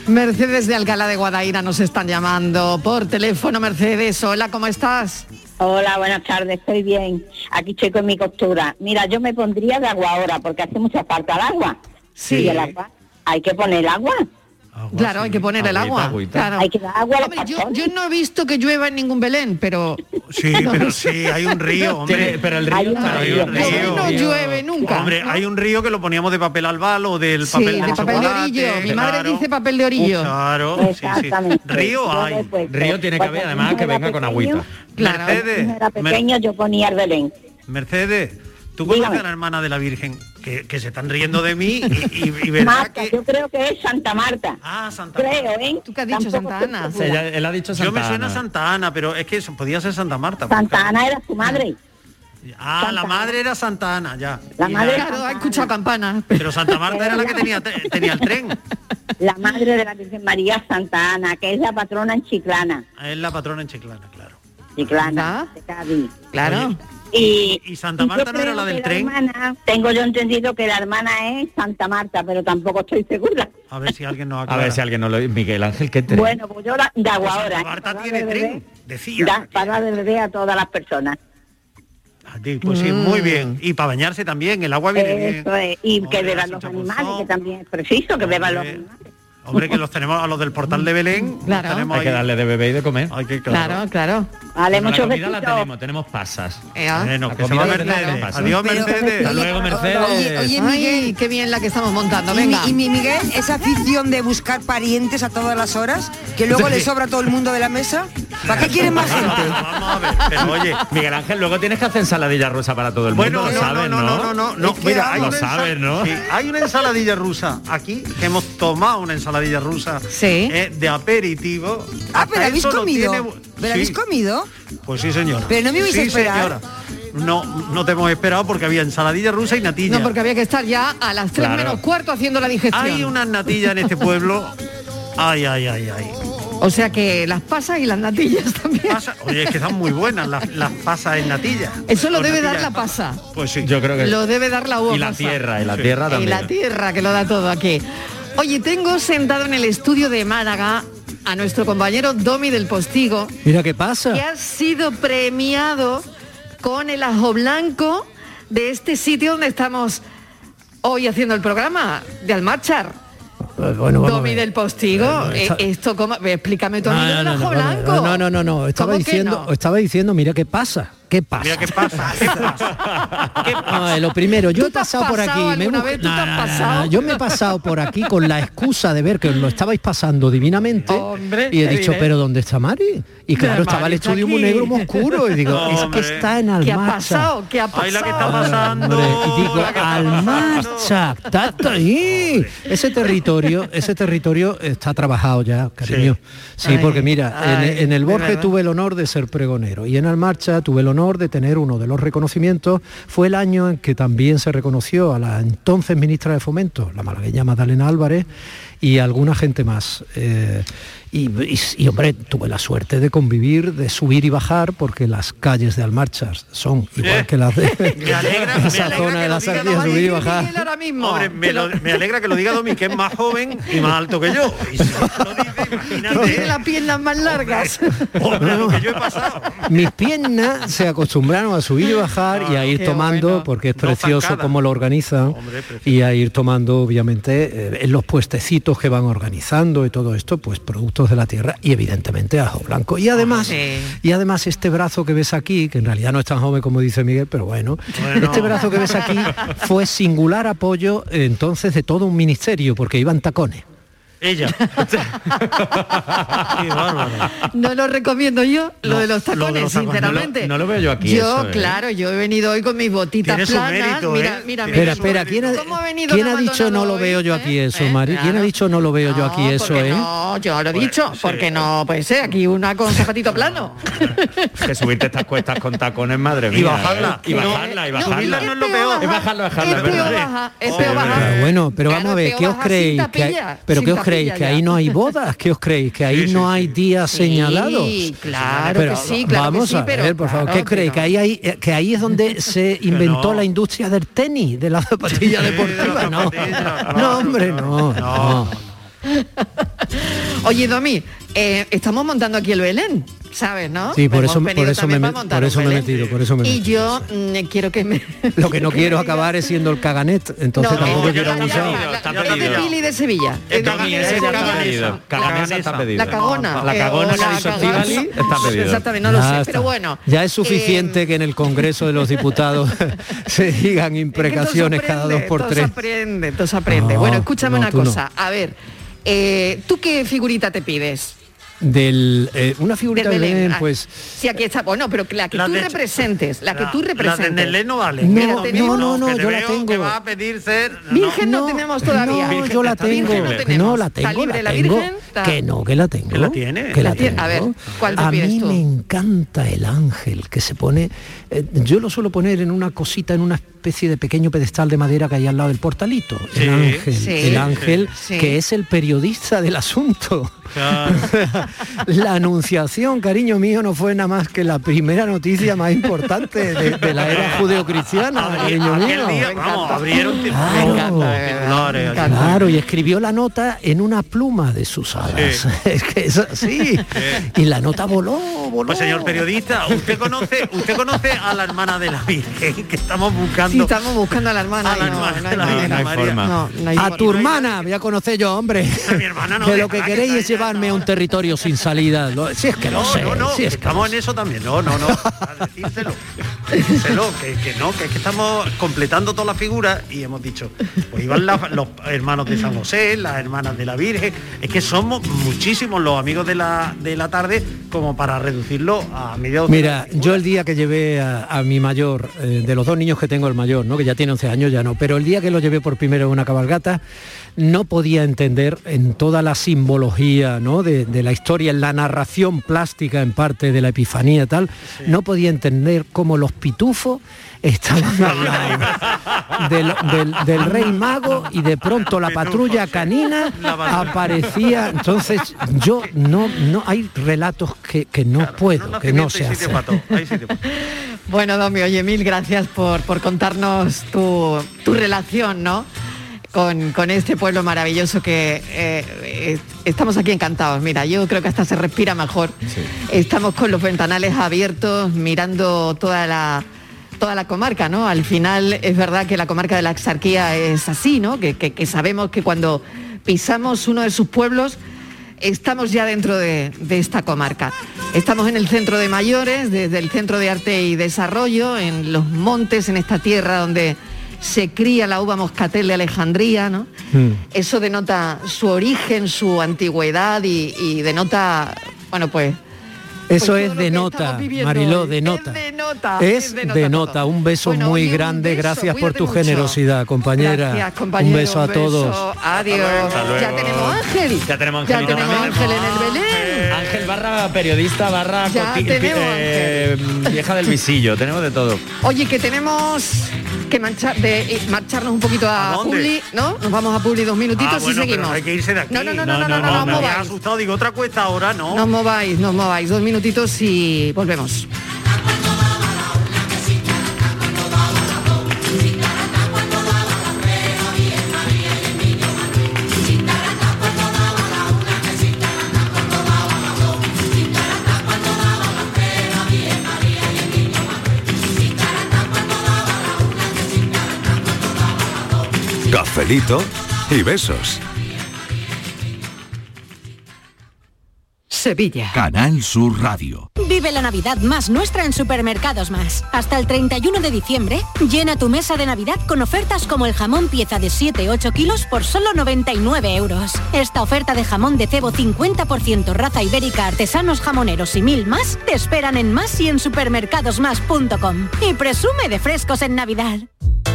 S13: Mercedes de Alcalá de Guadaira nos están llamando por teléfono. Mercedes, hola, ¿cómo estás?
S20: Hola, buenas tardes, estoy bien. Aquí estoy con mi costura. Mira, yo me pondría de agua ahora porque hace mucha falta el agua.
S13: Sí.
S20: Y el agua, hay que poner agua.
S13: claro, hay que poner el
S20: Agüita,
S13: agua.
S20: agüita.
S13: Claro.
S20: Hay que dar agua a ¿eh? los
S13: Hombre, yo, yo no he visto que llueva en ningún Belén, pero... (laughs)
S6: Sí, pero sí, hay un río, hombre.
S13: Tiene- pero el
S6: hay
S13: río-
S6: un
S13: pero hay
S6: río.
S13: un río. No llueve nunca,
S6: Hombre, hay un río que lo poníamos de papel albal o del
S13: Sí, de
S6: papel
S13: papel de
S6: chocolate,
S13: orillo. Mi madre
S6: claro.
S13: dice papel de orillo.
S6: Claro, sí, sí.
S20: Pues
S6: Río hay.
S4: Río tiene que haber, además, que venga con agüita.
S20: Claro.
S6: Mercedes,
S20: Cuando era
S6: Mer-
S20: pequeño yo ponía el Belén.
S6: Mercedes, tú conoces a la hermana de la Virgen, que, que se están riendo de mí y, y-
S20: (laughs)
S6: y verdad
S20: Marta, yo creo que es Santa Marta.
S6: Ah, Santa
S20: Creo, ¿eh? ¿Tú
S13: qué has
S20: dicho, Santa Ana?
S4: Sí, ya- él ha dicho Santa
S6: Yo me suena
S4: Ana.
S6: Santa Ana, pero es que eso podía ser Santa Marta.
S20: Santa Ana era su madre.
S6: Ah, la madre era Santa Ana, ya. Y
S13: Claro, ha escuchado campana.
S6: Pero Santa Marta era la
S20: (laughs)
S6: que tenía, te- tenía el tren.
S20: La madre de la Virgen María Santa Ana, que es la patrona en Chiclana.
S6: Es la patrona en Chiclana, claro.
S20: Chiclana, de Cádiz.
S6: Claro.
S20: Y,
S6: ¿Y Santa Marta
S20: yo
S6: no era
S20: creo
S6: la del
S20: que
S6: tren?
S20: hermana- tengo yo entendido que la hermana es Santa Marta, pero tampoco estoy segura.
S6: A ver si alguien nos
S4: A ver si alguien no lo Miguel Ángel, ¿qué tren?
S20: Bueno, pues yo la, de agua
S6: Santa
S20: ahora.
S6: Marta
S20: para
S6: tiene
S20: dar de
S6: tren,
S20: beber,
S6: decía.
S20: da- para dar de beber a todas las personas.
S6: Sí, Pues sí,
S20: Mm.
S6: muy bien. Y para bañarse también, el agua viene Pues bien.
S20: Eh,
S6: eh,
S20: Eso es, Y que beban los animales, que también es preciso
S6: Pues
S20: que beban los
S6: eh,
S20: animales.
S6: Hombre, que los tenemos a los del portal de Belén.
S20: Claro.
S4: Hay que darle de beber y de comer.
S6: Hay que,
S13: Claro, claro.
S20: Vale,
S4: Bueno,
S6: Pues
S20: muchos
S4: la comida la
S20: besitos.
S4: tenemos, tenemos pasas.
S13: Ea.
S6: Bueno, que se va Mercedes. Adiós, Mercedes.
S4: Hasta luego, Mercedes.
S15: oye,
S13: Ay, qué bien la que estamos montando,
S15: Y mi-
S13: venga.
S15: Y mi Miguel, esa afición de buscar parientes a todas las horas, que luego
S4: Sí.
S15: le sobra a todo el mundo de la mesa. ¿Para qué quieren más gente?
S4: Pero oye, Miguel Ángel, luego tienes que hacer ensaladilla rusa para todo el mundo.
S6: Bueno,
S4: lo
S6: no, no,
S4: sabes,
S6: no, no, no, no, no, mira, hay
S4: lo
S6: una ensa-
S4: sabes, ¿no?
S6: Sí, hay una ensaladilla rusa aquí, que hemos tomado una ensaladilla rusa eh, de aperitivo.
S15: Ah, pero
S6: Hasta
S15: habéis
S6: eso no
S15: comido.
S6: tiene bu-
S15: ¿Pero habéis
S6: Sí,
S15: comido?
S6: Pues sí, señora.
S15: Pero no me vais a
S6: Sí,
S15: esperar.
S6: señora. No, no te hemos esperado porque había ensaladilla rusa y natilla.
S13: No, porque había que estar ya a las 3
S6: Claro.
S13: menos cuarto haciendo la digestión.
S6: Hay unas
S15: (laughs)
S6: natillas en este pueblo. Ay, ay, ay, ay.
S13: O sea que las pasas y las natillas (laughs) también.
S6: Oye, es que están muy buenas las, las pasas en natilla.
S13: Eso lo
S6: O
S13: debe dar
S6: natilla-
S13: la pasa.
S6: Pues sí.
S4: Yo creo que
S13: Lo debe dar la uva.
S4: Y la
S13: pasa.
S4: tierra, y la tierra
S13: Y
S4: también.
S13: la tierra, que lo da todo aquí. Oye, tengo sentado en el estudio de Málaga a nuestro compañero Domi del Postigo,
S17: Mira qué pasa.
S13: que ha sido premiado con el ajo blanco de este sitio donde estamos hoy haciendo el programa, de Almarchar.
S17: Eh, Bueno, vamos a
S13: Domi
S17: ver.
S13: del Postigo, eh,
S17: esa-
S13: esto como, explícame tú a mí lo
S17: no,
S13: del
S17: no,
S13: ajo
S17: no,
S13: blanco.
S17: no, no, no, no, no, estaba
S13: ¿Cómo que
S17: diciendo,
S13: no?
S17: estaba diciendo, mira qué pasa, qué pasa.
S6: Mira qué pasa. ¿Qué pasa?
S17: Ah, lo primero, yo he pasado por aquí,
S13: pasado
S17: me he
S13: alguna
S17: buscado-
S13: vez? ¿Tú te
S17: No,
S13: has
S17: no, no, no,
S13: pasado?
S17: yo me he pasado por aquí con la excusa de ver que os lo estabais pasando divinamente y
S13: qué
S17: he dicho,
S13: diré.
S17: pero ¿dónde está Mari? Y claro,
S13: ¿eh? Mari
S17: estaba el
S13: está
S17: estudio muy
S13: aquí.
S17: negro, muy oscuro y (laughs) digo,
S13: Hombre.
S17: es que está en
S13: ¿Qué ha
S17: Almarcha.
S13: pasado? ¿Qué ha pasado?
S17: Ay, la que está pasando. Y digo, Almarcha, está hasta ahí. Ese territorio, (laughs) ese territorio está trabajado ya, cariño. Sí,
S21: Ay,
S17: porque mira,
S21: ay,
S17: en, en el
S21: de
S17: Borges
S21: verdad.
S17: tuve el honor de ser pregonero y en Almarcha tuve el honor de tener uno de los reconocimientos. Fue el año en que también se reconoció a la entonces ministra de Fomento, la malagueña Magdalena Álvarez, y alguna gente más. Eh, y, y- y, hombre, tuve la suerte de convivir, de subir y bajar, porque las calles de Almarcha son igual que las de (laughs) esa zona de la Sardina, subir y bajar.
S13: Ahora mismo.
S6: Hombre, me, lo- me alegra que lo diga Domi, que es más joven y más alto que yo. Y si lo dice,
S13: que tiene las piernas más largas.
S17: Mis piernas se acostumbraron a subir y bajar y a
S13: Ah,
S17: ir
S13: Qué
S17: tomando,
S13: bueno.
S17: porque es
S13: Dos
S17: precioso
S13: zancadas.
S17: cómo lo organizan, y a ir tomando, obviamente, eh, en los puestecitos que van organizando y todo esto, pues productos de la tierra y evidentemente ajo blanco. Y además, y además este brazo que ves aquí, que en realidad no es tan joven como dice Miguel, pero bueno, este brazo que ves aquí fue singular apoyo eh, entonces de todo un ministerio, porque iban tacones.
S6: Ella. Qué bárbaro.
S13: No lo recomiendo yo, lo
S6: No,
S13: de los
S6: lo de los
S13: tacones,
S4: pues
S6: tacones,
S13: sinceramente.
S6: no lo- no lo veo yo aquí
S13: Yo,
S6: eso, ¿eh?
S13: claro, yo he venido hoy con mis botitas
S6: Tiene su
S13: planas.
S6: mérito, ¿eh?
S13: mira, mira,
S17: Espera,
S13: mira.
S17: espera, ¿quién ha,
S13: ¿Cómo ha venido este?
S17: quién ha
S13: Ana
S17: dicho no lo veo yo aquí eso, Mari? ¿Quién ha dicho no lo veo yo aquí eso, eh?
S13: No, yo lo he dicho, porque no puede ser aquí una con zapatito plano.
S4: Que subirte estas cuestas con tacones, madre mía.
S6: Y bajarla.
S4: ¿eh? Y
S6: No,
S4: bajarla, y
S6: no,
S4: bajarla.
S6: subirla no es lo peor.
S4: Es bajarla, bajarla.
S13: Es
S4: es
S13: peor
S4: verdad.
S13: baja, es peor baja.
S17: Pero Ah, bueno, pero vamos a ver,
S13: Eh, peor
S17: ¿qué os
S13: baja sin
S17: creéis? Que hay-
S13: tapilla,
S17: pero
S13: sin
S17: ¿qué os creéis?
S13: tapilla
S17: ¿Que
S13: ya.
S17: ahí no hay bodas? ¿Qué os creéis? ¿Que ahí no hay días señalados?
S13: claro que sí, claro que
S17: vamos
S13: sí,
S17: a
S13: pero
S17: ver, por favor,
S13: claro,
S17: ¿qué creéis? Que ahí, hay- eh, que ahí
S13: (laughs)
S17: es donde se inventó la industria del tenis, de la zapatilla deportiva, ¿no? No, hombre, no. no.
S13: Oye, Domi, eh, estamos montando aquí el Belén, ¿sabes, no?
S17: Sí, por
S13: Hemos
S17: eso,
S13: venido
S17: por eso, me,
S13: también
S17: me-
S13: para montar
S17: por
S13: un
S17: eso me he
S13: Belén.
S17: metido, por eso me he
S13: Y
S17: metido.
S13: yo mm, quiero que me...
S17: Lo que
S13: (laughs)
S17: no quiero acabar es siendo el caganet, entonces
S13: No,
S17: tampoco
S13: yo
S17: quiero
S13: no,
S17: abusar.
S13: ya, ya, la- la de Pili de Sevilla.
S4: Es
S13: La
S4: Domi,
S13: de
S4: ese
S13: Sevilla.
S4: ya está pedido. Caganesa está pedido.
S13: La cagona.
S4: La
S13: eh,
S4: cagona
S13: o
S4: que ha dicho
S13: cagona.
S4: Estíbaliz está pedido.
S13: Exactamente, no lo
S17: Ya
S13: sé,
S17: está.
S13: pero bueno. eh,
S17: Ya es suficiente que en el Congreso
S13: (laughs)
S17: de los Diputados se digan imprecaciones cada dos por
S13: todo se
S17: tres.
S13: aprende, todo se aprende.
S17: No,
S13: bueno, escúchame
S17: no,
S13: una
S17: tú no.
S13: cosa. A ver, eh, ¿tú qué figurita te pides?
S17: Del, eh, una figurita
S13: Del
S17: de
S13: Belén,
S17: Belén,
S13: ah.
S17: pues...
S13: Si aquí está, bueno, pero la que
S6: La
S13: tú
S6: de-
S13: representes, la que
S6: la-
S13: tú
S6: la de
S13: representes.
S6: Nelé no vale.
S17: No,
S13: Mira,
S17: no,
S13: tenemos-
S17: no, no,
S6: que te
S17: yo la
S6: veo
S17: tengo.
S6: Que va a pedir ser...
S13: Virgen no, tenemos Pues todavía.
S17: No, yo la tengo.
S13: Virgen no
S17: que
S13: tenemos.
S17: no, la
S13: Está
S17: tengo.
S13: libre
S17: la
S13: la
S17: tengo.
S13: Virgen, está-
S17: Que no, que la tengo. Que la tiene.
S13: La tiene. A ver, ¿cuál te
S17: a
S13: pides
S17: mí
S13: tú?
S17: me encanta el ángel que se pone. eh, yo lo suelo poner en una cosita, en una especie de pequeño pedestal de madera que hay al lado del portalito. el ángel.
S13: Sí.
S17: el ángel
S13: Sí.
S17: que es el periodista del asunto. (laughs) la anunciación, cariño mío, no fue nada más que la primera noticia más importante de, (laughs) de la era judeocristiana, cariño mío.
S6: Vamos, abrieron...
S17: Claro.
S6: titulares, así.
S17: Claro, y escribió la nota en una pluma de sus alas. (laughs) es que es así. y la nota voló, voló.
S6: Pues señor periodista, usted conoce, usted conoce a la hermana de la Virgen que estamos buscando.
S13: Sí, estamos buscando a la hermana.
S17: Ah,
S6: A la
S13: y no, no
S6: hermana de
S13: hay
S6: la
S13: manera.
S6: Virgen María.
S17: No, no hay- a tu hermana voy a conocer yo, hombre. que lo que queréis es llevarme a un territorio sin salida. Lo- Si es que lo
S6: No,
S17: sé.
S6: no, no,
S17: si es que
S6: estamos en eso también. No, no, no. a Decírselo. Decírselo, que, que no, que es que estamos completando toda la figura y hemos dicho, pues iban la- los hermanos de San José, las hermanas de la Virgen. Es que somos muchísimos los amigos de la, de la tarde como para reducirlo a media docena.
S17: Mira, yo el día que llevé a, a mi mayor, eh, de los dos niños que tengo el mayor, ¿no? que ya tiene 11 años, ya no, pero el día que lo llevé por primera vez a una cabalgata, no podía entender en toda la simbología ¿no? de, de la historia, en la narración plástica en parte de la Epifanía y tal, no podía entender cómo los pitufos estaban al lado del, del- del rey mago y de pronto la patrulla canina aparecía. Entonces yo no, no hay relatos que, que no puedo, que no se hacen.
S13: Bueno, Domi, oye, mil gracias por, por contarnos tu, tu relación, ¿no? Con, con este pueblo maravilloso que eh, eh, estamos aquí encantados. Mira, yo creo que hasta se respira mejor. Estamos con los ventanales abiertos, mirando toda la, toda la comarca, ¿no? Al final es verdad que la comarca de la Exarquía es así, ¿no? Que, que- que sabemos que cuando pisamos uno de sus pueblos, estamos ya dentro de, de esta comarca. Estamos en el centro de mayores, desde el centro de arte y desarrollo, en los montes, en esta tierra donde se cría la uva moscatel de Alejandría, ¿no? Eso denota su origen, su antigüedad y, y denota, bueno, pues
S17: (laughs) Eso es de nota,
S13: viviendo
S17: Mariló,
S13: hoy.
S17: de nota.
S13: denota.
S17: Es
S13: denota
S17: de
S13: todo.
S17: nota, un beso
S13: Bueno,
S17: muy
S13: oye, un
S17: grande,
S13: beso,
S17: gracias por
S13: cuídate
S17: tu
S13: mucho.
S17: generosidad, compañera.
S13: Gracias, compañero,
S17: un beso a todos.
S13: Adiós. Ya tenemos Ángel.
S4: Ya tenemos
S13: Ya
S4: Ángel.
S13: tenemos Ángel en el
S6: Eh.
S13: Belén.
S4: Ángel barra periodista barra
S13: Ya
S4: coti-
S13: tenemos
S4: eh, vieja del visillo, tenemos de todo.
S13: Oye, que tenemos que marchar- de, eh, marcharnos un poquito a,
S6: ¿A dónde?
S13: Publi, ¿no? Nos vamos a Publi dos minutitos
S6: Ah, bueno,
S13: y seguimos.
S6: pero hay que irse de aquí.
S13: No, no, no, no, no, no, no, no,
S6: me
S13: mováis.
S6: había asustado, digo, otra cuesta ahora, ¿no?
S13: No os mováis, no os mováis. Dos minutitos y volvemos.
S22: Chicharata por toda la una, que chicharata
S8: Cafelito y besos.
S13: Sevilla.
S8: Canal Sur Radio.
S22: Vive la Navidad más nuestra en Supermercados Más. Hasta el 31 de diciembre, llena tu mesa de Navidad con ofertas como el jamón pieza de 7-8 kilos por solo 99 euros. Esta oferta de jamón de cebo 50% raza ibérica, artesanos jamoneros y mil más te esperan en Más y en supermercadosmás.com. Y presume de frescos en Navidad.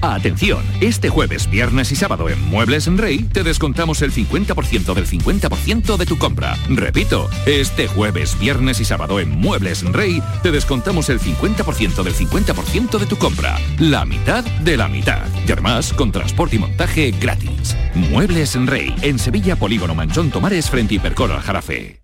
S23: Atención, este jueves, viernes y sábado en Muebles en Rey te descontamos el 50% del 50% de tu compra. Repito, este jueves, viernes y sábado en Muebles en Rey te descontamos el 50% del 50% de tu compra. La mitad de la mitad. Y además con transporte y montaje gratis. Muebles en Rey, en Sevilla Polígono Manchón Tomares frente Hipercor al Jarafe.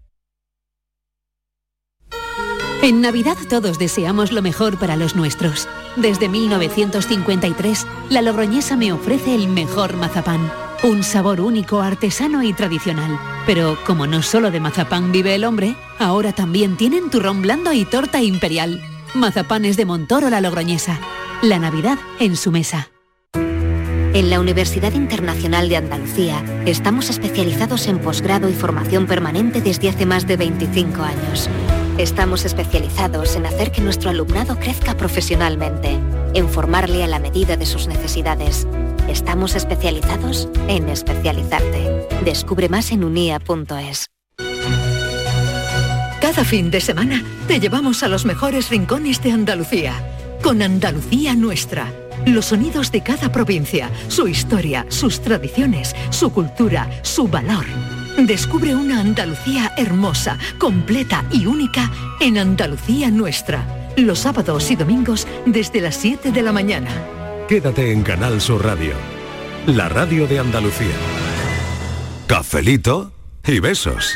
S3: En Navidad todos deseamos lo mejor para los nuestros. Desde 1953, la Logroñesa me ofrece el mejor mazapán. Un sabor único, artesano y tradicional. Pero como no solo de mazapán vive el hombre, ahora también tienen turrón blando y torta imperial. Mazapanes de Montoro la Logroñesa. La Navidad en su mesa.
S24: En la Universidad Internacional de Andalucía estamos especializados en posgrado y formación permanente desde hace más de 25 años. Estamos especializados en hacer que nuestro alumnado crezca profesionalmente, en formarle a la medida de sus necesidades. Estamos especializados en especializarte. Descubre más en unia.es.
S16: Cada fin de semana te llevamos a los mejores rincones de Andalucía, con Andalucía nuestra. Los sonidos de cada provincia, su historia, sus tradiciones, su cultura, su valor. Descubre una Andalucía hermosa, completa y única en Andalucía nuestra. Los sábados y domingos desde las 7 de la mañana.
S25: Quédate en Canal Sur Radio, la radio de Andalucía.
S8: Cafelito y besos.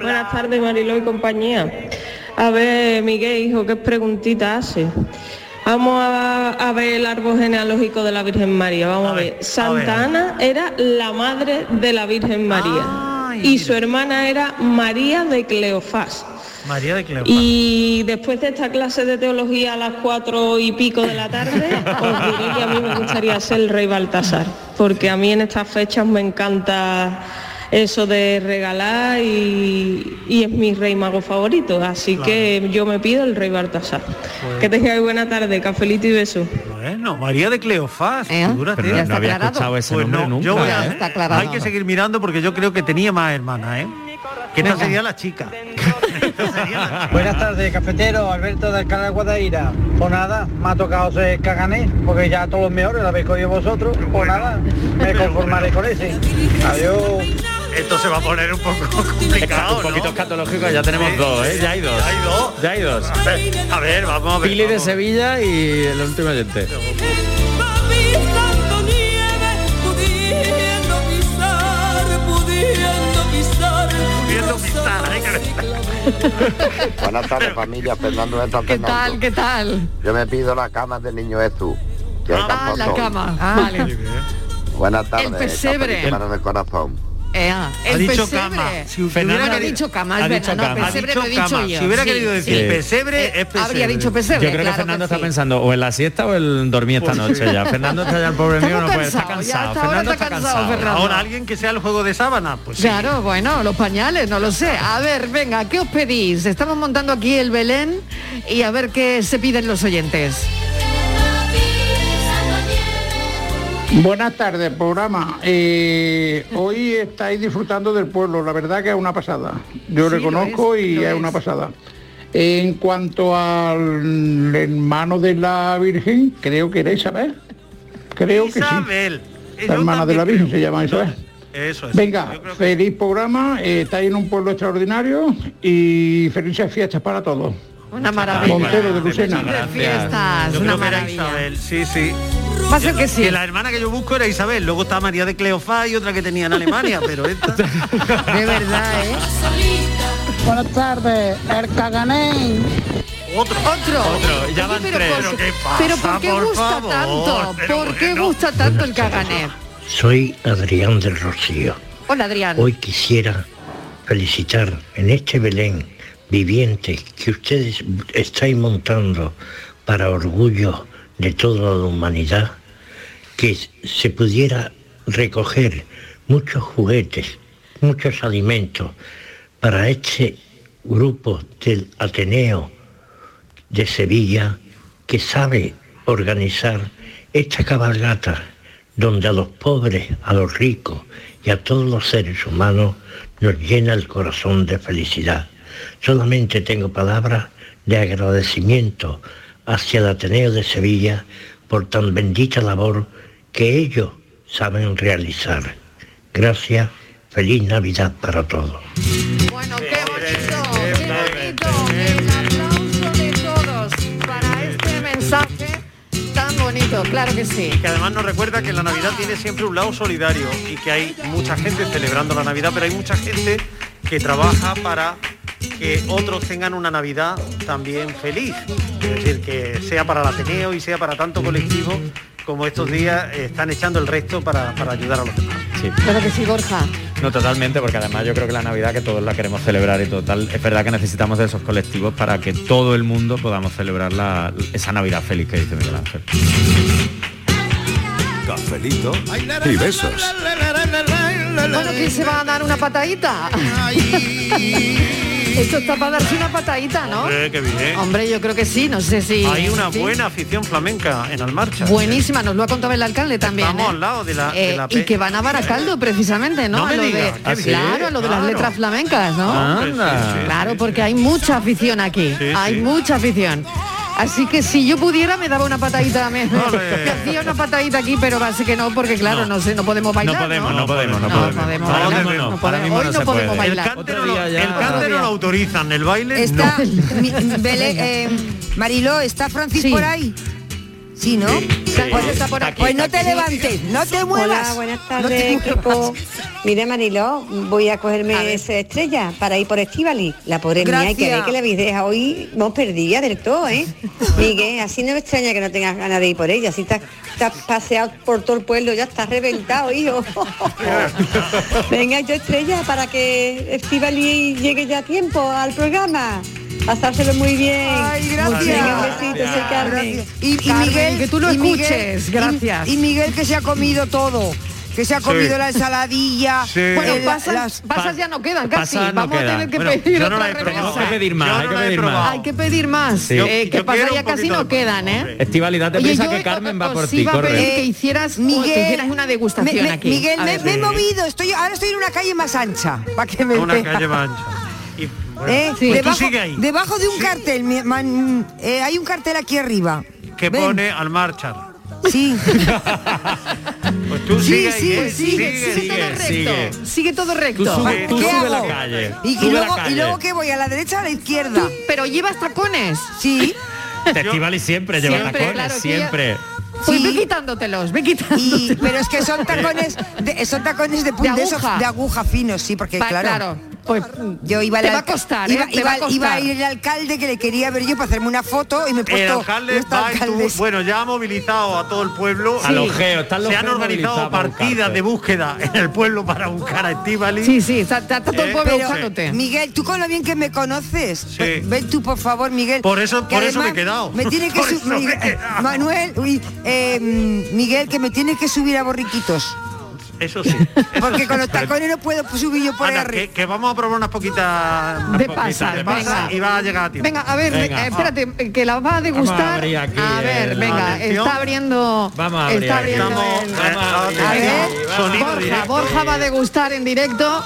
S26: Buenas tardes, Mariló y compañía. A ver, Miguel, hijo, ¿qué preguntita hace? Vamos a, a ver el árbol genealógico de la Virgen María. Vamos a, ver. Santa
S27: ver.
S26: Ana era la madre de la Virgen María. y su hermana era María de Cleofás.
S6: María de Cleofás.
S26: Y después de esta clase de teología a las cuatro y pico de la tarde,
S15: Oh.
S26: os diré que a mí me gustaría ser el rey Baltasar, porque a mí en estas fechas me encanta eso de regalar y, y es mi rey mago favorito, así que yo me pido el rey Baltasar. Que tengáis buena tarde, cafelito y beso.
S6: Bueno, ¿Eh? María de Cleofás,
S26: ¿Eh?
S6: figúrate.
S26: Pero no Ya está había aclarado. escuchado ese
S6: Pues
S26: nombre
S6: no,
S26: nunca,
S6: yo voy a-
S26: ¿eh? Está aclarado.
S6: Hay que seguir mirando porque yo creo que tenía más hermanas, ¿eh? Que esta
S28: Venga.
S6: sería la chica.
S28: (laughs) Buenas tardes, cafetero, Alberto del Canal Guadaira. Pues nada, me ha tocado ser cagané, porque ya todos los mejores lo habéis cogido vosotros. Pues nada, me conformaré con ese. Adiós.
S6: Esto se va a poner un poco (laughs) complicado.
S4: Un poquito escatológico, ya tenemos dos, ¿eh? Ya hay dos.
S6: Hay dos.
S4: Ya hay dos.
S6: A ver, a ver, vamos a ver.
S4: Pili de Sevilla y el último oyente.
S6: Pudiendo pisar, hay
S29: (laughs) Buenas tardes familia, Fernando de San
S13: ¿Qué
S29: Fernando.
S13: tal? ¿Qué tal?
S29: Yo me pido la cama del niño Jesús. que es
S13: Ah, la
S29: caposo.
S13: cama. Vale.
S29: Buenas tardes.
S13: El pesebre.
S29: cafelito para el corazón.
S13: Ea, Eh, ah.
S29: Ha
S13: el
S29: dicho
S13: pesebre.
S29: cama. Si
S13: Yo
S29: Fernanda
S13: hubiera
S29: ha di-
S13: dicho cama,
S4: ha
S13: es
S4: dicho
S13: verdad. No,
S4: cama.
S13: pesebre
S6: Ha
S13: lo he
S6: dicho
S13: dicho
S6: cama.
S13: yo.
S6: Si hubiera querido decir
S13: pesebre,
S6: es pesebre.
S13: Habría dicho pesebre,
S4: Yo creo que
S13: claro
S4: Fernando
S13: sí.
S4: está pensando o en la siesta o en dormir esta
S6: Pues sí.
S4: noche ya. Fernando está ya el pobre mío, no puede, está cansado. Fernando está cansado.
S6: Ahora alguien que sea el juego de sábana, pues sí.
S13: Claro, bueno, los pañales, no lo sé. A ver, venga, ¿qué os pedís? Estamos montando aquí el Belén y a ver qué se piden los oyentes.
S30: Buenas tardes, programa. Eh, hoy estáis disfrutando del pueblo, la verdad que es una pasada. Yo
S31: Sí, lo
S30: reconozco
S31: es,
S30: y
S31: lo
S30: es,
S31: es.
S30: una pasada. En cuanto al hermano de la Virgen, creo que era Isabel. Creo
S6: Isabel.
S30: que sí. La hermana de la Virgen se llama Isabel.
S6: Eso es.
S30: Venga, feliz programa, eh, estáis en un pueblo extraordinario y felices fiestas para todos.
S13: Una maravilla.
S30: Montero de Lucena.
S6: Muchas gracias.
S13: fiestas,
S6: Yo
S13: una
S6: creo que era
S13: maravilla.
S6: Isabel, sí, sí.
S13: Va a ser que sí.
S6: Que la hermana que yo busco era Isabel, luego está María de Cleofás y otra que tenía en Alemania, pero esta...
S32: De verdad, ¿eh? Buenas tardes, el Caganén.
S6: Otro.
S13: Otro.
S6: Otro. Ya van
S13: Oye, pero,
S6: tres.
S13: por,
S6: Pero
S13: pero
S6: ¿qué pasa,
S13: ¿por qué
S6: por
S13: gusta
S6: favor?
S13: tanto? ¿Por qué gusta tanto el Caganet?
S14: Soy Adrián del Rocío.
S13: Hola, Adrián.
S14: Hoy quisiera felicitar en este Belén viviente que ustedes estáis montando para orgullo de toda la humanidad, que se pudiera recoger muchos juguetes, muchos alimentos para este grupo del Ateneo de Sevilla que sabe organizar esta cabalgata donde a los pobres, a los ricos y a todos los seres humanos nos llena el corazón de felicidad. Solamente tengo palabras de agradecimiento hacia el Ateneo de Sevilla por tan bendita labor que ellos saben realizar. Gracias, feliz Navidad para todos.
S13: Qué mensaje tan bonito, claro que sí.
S6: Que además nos recuerda que la Navidad tiene siempre un lado solidario y que hay mucha gente celebrando la Navidad, pero hay mucha gente que trabaja para que otros tengan una Navidad también feliz. Es decir, que sea para el Ateneo y sea para tanto colectivo como estos días eh, están echando el resto para, para ayudar a los demás.
S4: Sí.
S13: Claro que sí, Borja.
S4: No, totalmente, porque además yo creo que la Navidad que todos la queremos celebrar y total, es verdad que necesitamos de esos colectivos para que todo el mundo podamos celebrar la- esa Navidad feliz que dice Miguel Ángel.
S8: Cafelito y besos.
S13: Bueno, ¿quién se va a dar una patadita? (laughs) Esto está para darse una patadita, ¿no?
S6: Hombre, qué bien.
S13: Hombre, yo creo que sí, no sé si...
S6: Hay una
S13: sí.
S6: buena afición flamenca en ¿eh? Almarcha.
S13: Buenísima, nos lo ha contado el alcalde también.
S6: Estamos
S13: ¿eh?
S6: al lado de la- de
S13: Eh,
S6: la
S13: y
S6: pe-
S13: que van a
S4: Eh,
S13: Baracaldo precisamente, ¿no?
S6: No
S13: a
S6: me
S13: lo
S6: digas,
S13: de,
S6: ¿qué dices?
S13: claro, a lo de las
S6: Claro.
S13: letras flamencas, ¿no?
S4: Ah, Anda. Ah, Pues Sí, sí,
S13: claro, porque hay mucha afición aquí.
S4: Sí,
S13: hay
S4: sí.
S13: mucha afición. Así que si yo pudiera me daba una patadita, me,
S4: Ole.
S13: (laughs) me hacía una patadita aquí, pero parece que no, porque claro, no, sé, no podemos bailar.
S4: no podemos, no, podemos, no, podemos.
S13: podemos
S4: Ahora
S13: bailar,
S4: mismo no,
S13: no
S4: ahora
S13: podemos.
S4: mismo no
S13: Hoy
S4: se
S13: no podemos
S4: puede.
S13: bailar.
S6: El cántaro, no, el cántero lo autorizan, el baile
S15: Está,
S6: no.
S15: mi- Belén, eh, Mariló, ¿está Francis por ahí? Sí, ¿no? Pues, está por aquí. Pues no te levantes, no te muevas.
S7: Hola, buenas
S15: No te
S7: tardes,
S15: muevas.
S7: equipo. Mire, Mariló, voy a cogerme esa estrella para ir por Estivali. La pobre mía, hay que Gracias. ver que la habéis dejado hoy no perdida del todo,
S15: (laughs)
S7: ¿eh? Miguel, así no me extraña que no tengas ganas de ir por ella. Así te has- te has paseado por todo el pueblo, ya estás reventado, hijo. Venga, yo estrella para que Estivali llegue ya a tiempo al programa. Pasárselo muy bien. Ay,
S15: gracias.
S7: Venga, un besito, soy Carmen.
S15: Y, y Carmen, Miguel, que tú lo y Miguel- escuches, y- gracias. Y, Miguel que se ha comido todo, que se ha Sí. comido la ensaladilla. Sí. Bueno,
S4: Eh,
S15: el- pasas- las-
S13: Pasas ya no quedan casi.
S4: Pasas no
S13: Vamos a
S4: quedan.
S13: tener que
S4: Bueno,
S13: pedir
S4: yo no
S13: otra
S4: la he probado.
S13: remesa.
S4: Hay que pedir más, Yo no hay que la he pedir más. probado.
S13: Hay que pedir más.
S4: Sí. Yo-
S13: Eh, que
S4: yo
S13: pasa
S4: quiero
S13: ya
S4: un
S13: casi
S4: poquito
S13: no
S4: más,
S13: quedan, ¿eh?
S4: Estivalidad, date
S13: Oye,
S4: prisa
S13: yo
S4: que Carmen va por
S13: os
S4: ti,
S13: iba a pedir que
S4: corre.
S13: hicieras,
S15: Miguel,
S13: que hicieras una degustación
S15: me- me-
S13: aquí.
S15: Miguel,
S13: A
S15: me,
S13: ver.
S15: me he movido, estoy, ahora estoy en una calle más ancha. Para que me
S6: Una
S15: vea.
S6: calle más ancha. Y, bueno,
S15: Eh,
S6: pues tú
S15: debajo,
S6: sigue ahí.
S15: debajo de un cartel, mi- man- eh, hay un cartel aquí arriba.
S6: que
S15: Ven.
S6: pone al marchar.
S15: Sí.
S6: Pues tú
S15: Sí,
S6: sigue, ahí,
S15: sí,
S6: ¿eh?
S15: sigue, sigue,
S6: sigue.
S13: Sigue todo recto. Ah,
S6: Tú sube- tú
S15: ¿Qué
S6: sube la
S15: hago?
S6: calle,
S15: Y, y
S6: sube la
S15: luego,
S6: calle.
S15: ¿Y luego qué voy? ¿A la derecha o a la izquierda?
S13: ¿Pero llevas tacones?
S15: Sí.
S4: Te Estivali siempre lleva
S13: Siempre,
S4: tacones,
S13: claro, que ella-
S4: siempre.
S13: Pues ve quitándotelos, ve quitándotelos.
S15: Y- pero es que son tacones de, son tacones de,
S13: De
S15: punta, esos
S13: aguja.
S15: de aguja finos, sí, porque
S13: Va,
S15: claro.
S13: claro, pues,
S15: yo iba
S13: te
S15: al
S13: va a
S15: alca-
S13: costar, ¿eh?
S15: iba,
S13: Te va a
S15: iba- iba
S13: costar.
S15: ir el alcalde que le quería ver yo para hacerme una foto y me he
S6: El
S15: puesto
S6: alcalde
S15: los
S6: va y tú-
S15: alcaldes.
S6: bueno, ya ha movilizado a todo el pueblo.
S4: Sí. Al ojeo, están los
S6: Se han
S4: geos
S6: organizado
S4: movilizados para
S6: partidas de búsqueda en el pueblo para buscar a Eh, Estivali.
S13: Sí, sí, está, está todo el pueblo
S15: Pero,
S13: buscándote.
S15: Miguel, tú con lo bien que me conoces, ve- ven tú por favor, Miguel.
S6: Por eso-
S15: que
S6: por eso me he
S15: además
S6: quedado.
S15: Me tiene que
S6: (laughs) Por
S15: su-
S6: eso me he
S15: Miguel- eh,
S6: quedado.
S15: Manuel, uy, eh, mm, Miguel, que me tiene que subir a borriquitos.
S6: eso sí.
S15: Porque
S6: (laughs)
S15: con los tacones no puedo subir yo por ahí
S6: Ana,
S15: arriba.
S6: que, que vamos a probar unas poquitas unas
S15: De
S6: poquitas
S15: pasar,
S6: de pasas
S15: venga.
S6: y va a llegar a tiempo.
S13: Venga, a ver,
S6: Venga.
S13: eh, espérate, que la va a
S6: Vamos a
S13: degustar.
S6: abrir aquí
S13: A ver,
S6: el-
S13: venga,
S6: atención.
S13: está abriendo.
S6: Vamos a abrir
S13: está
S6: aquí.
S13: abriendo
S6: Estamos-
S13: el-
S6: Vamos a
S13: a
S6: abrir.
S13: ver,
S6: Sonido
S13: Borja,
S6: directo.
S13: Borja va a degustar en directo.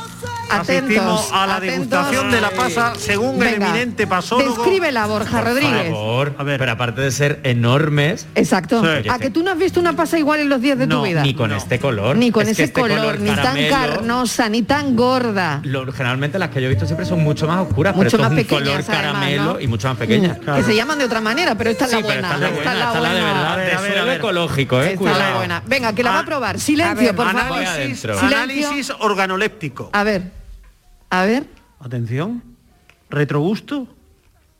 S13: Atentos.
S6: Asistimos a la degustación de la pasa según el
S13: Venga.
S6: eminente pasólogo.
S13: Descríbela, Borja Rodríguez.
S4: Por favor, pero aparte de ser enormes, este
S13: Exacto.
S4: Sí.
S13: A que tú no has visto una pasa igual en los días de tu vida.
S4: ni con este color.
S13: Ni con
S4: Es
S13: ese
S4: que este
S13: color, ni
S4: caramelo,
S13: tan carnosa, ni tan gorda.
S4: lo- generalmente las que yo he visto siempre son mucho más oscuras,
S13: Mucho
S4: pero esto
S13: más
S4: es un color
S13: pequeñas, además,
S4: caramelo
S13: ¿no? Mm,
S4: y mucho más pequeñas.
S13: Que se llaman de otra manera, pero esta es la
S4: Sí, pero
S13: buena.
S4: esta es la buena, esta es la de verdad, de suelo ecológico,
S13: Esta
S4: eh,
S13: es la
S4: cuidado.
S13: buena. Venga, que la
S4: Ah,
S13: va a probar. Silencio, por favor.
S6: análisis,
S13: Silencio.
S6: análisis organoléptico.
S13: A ver. A ver,
S6: Atención. Retrogusto.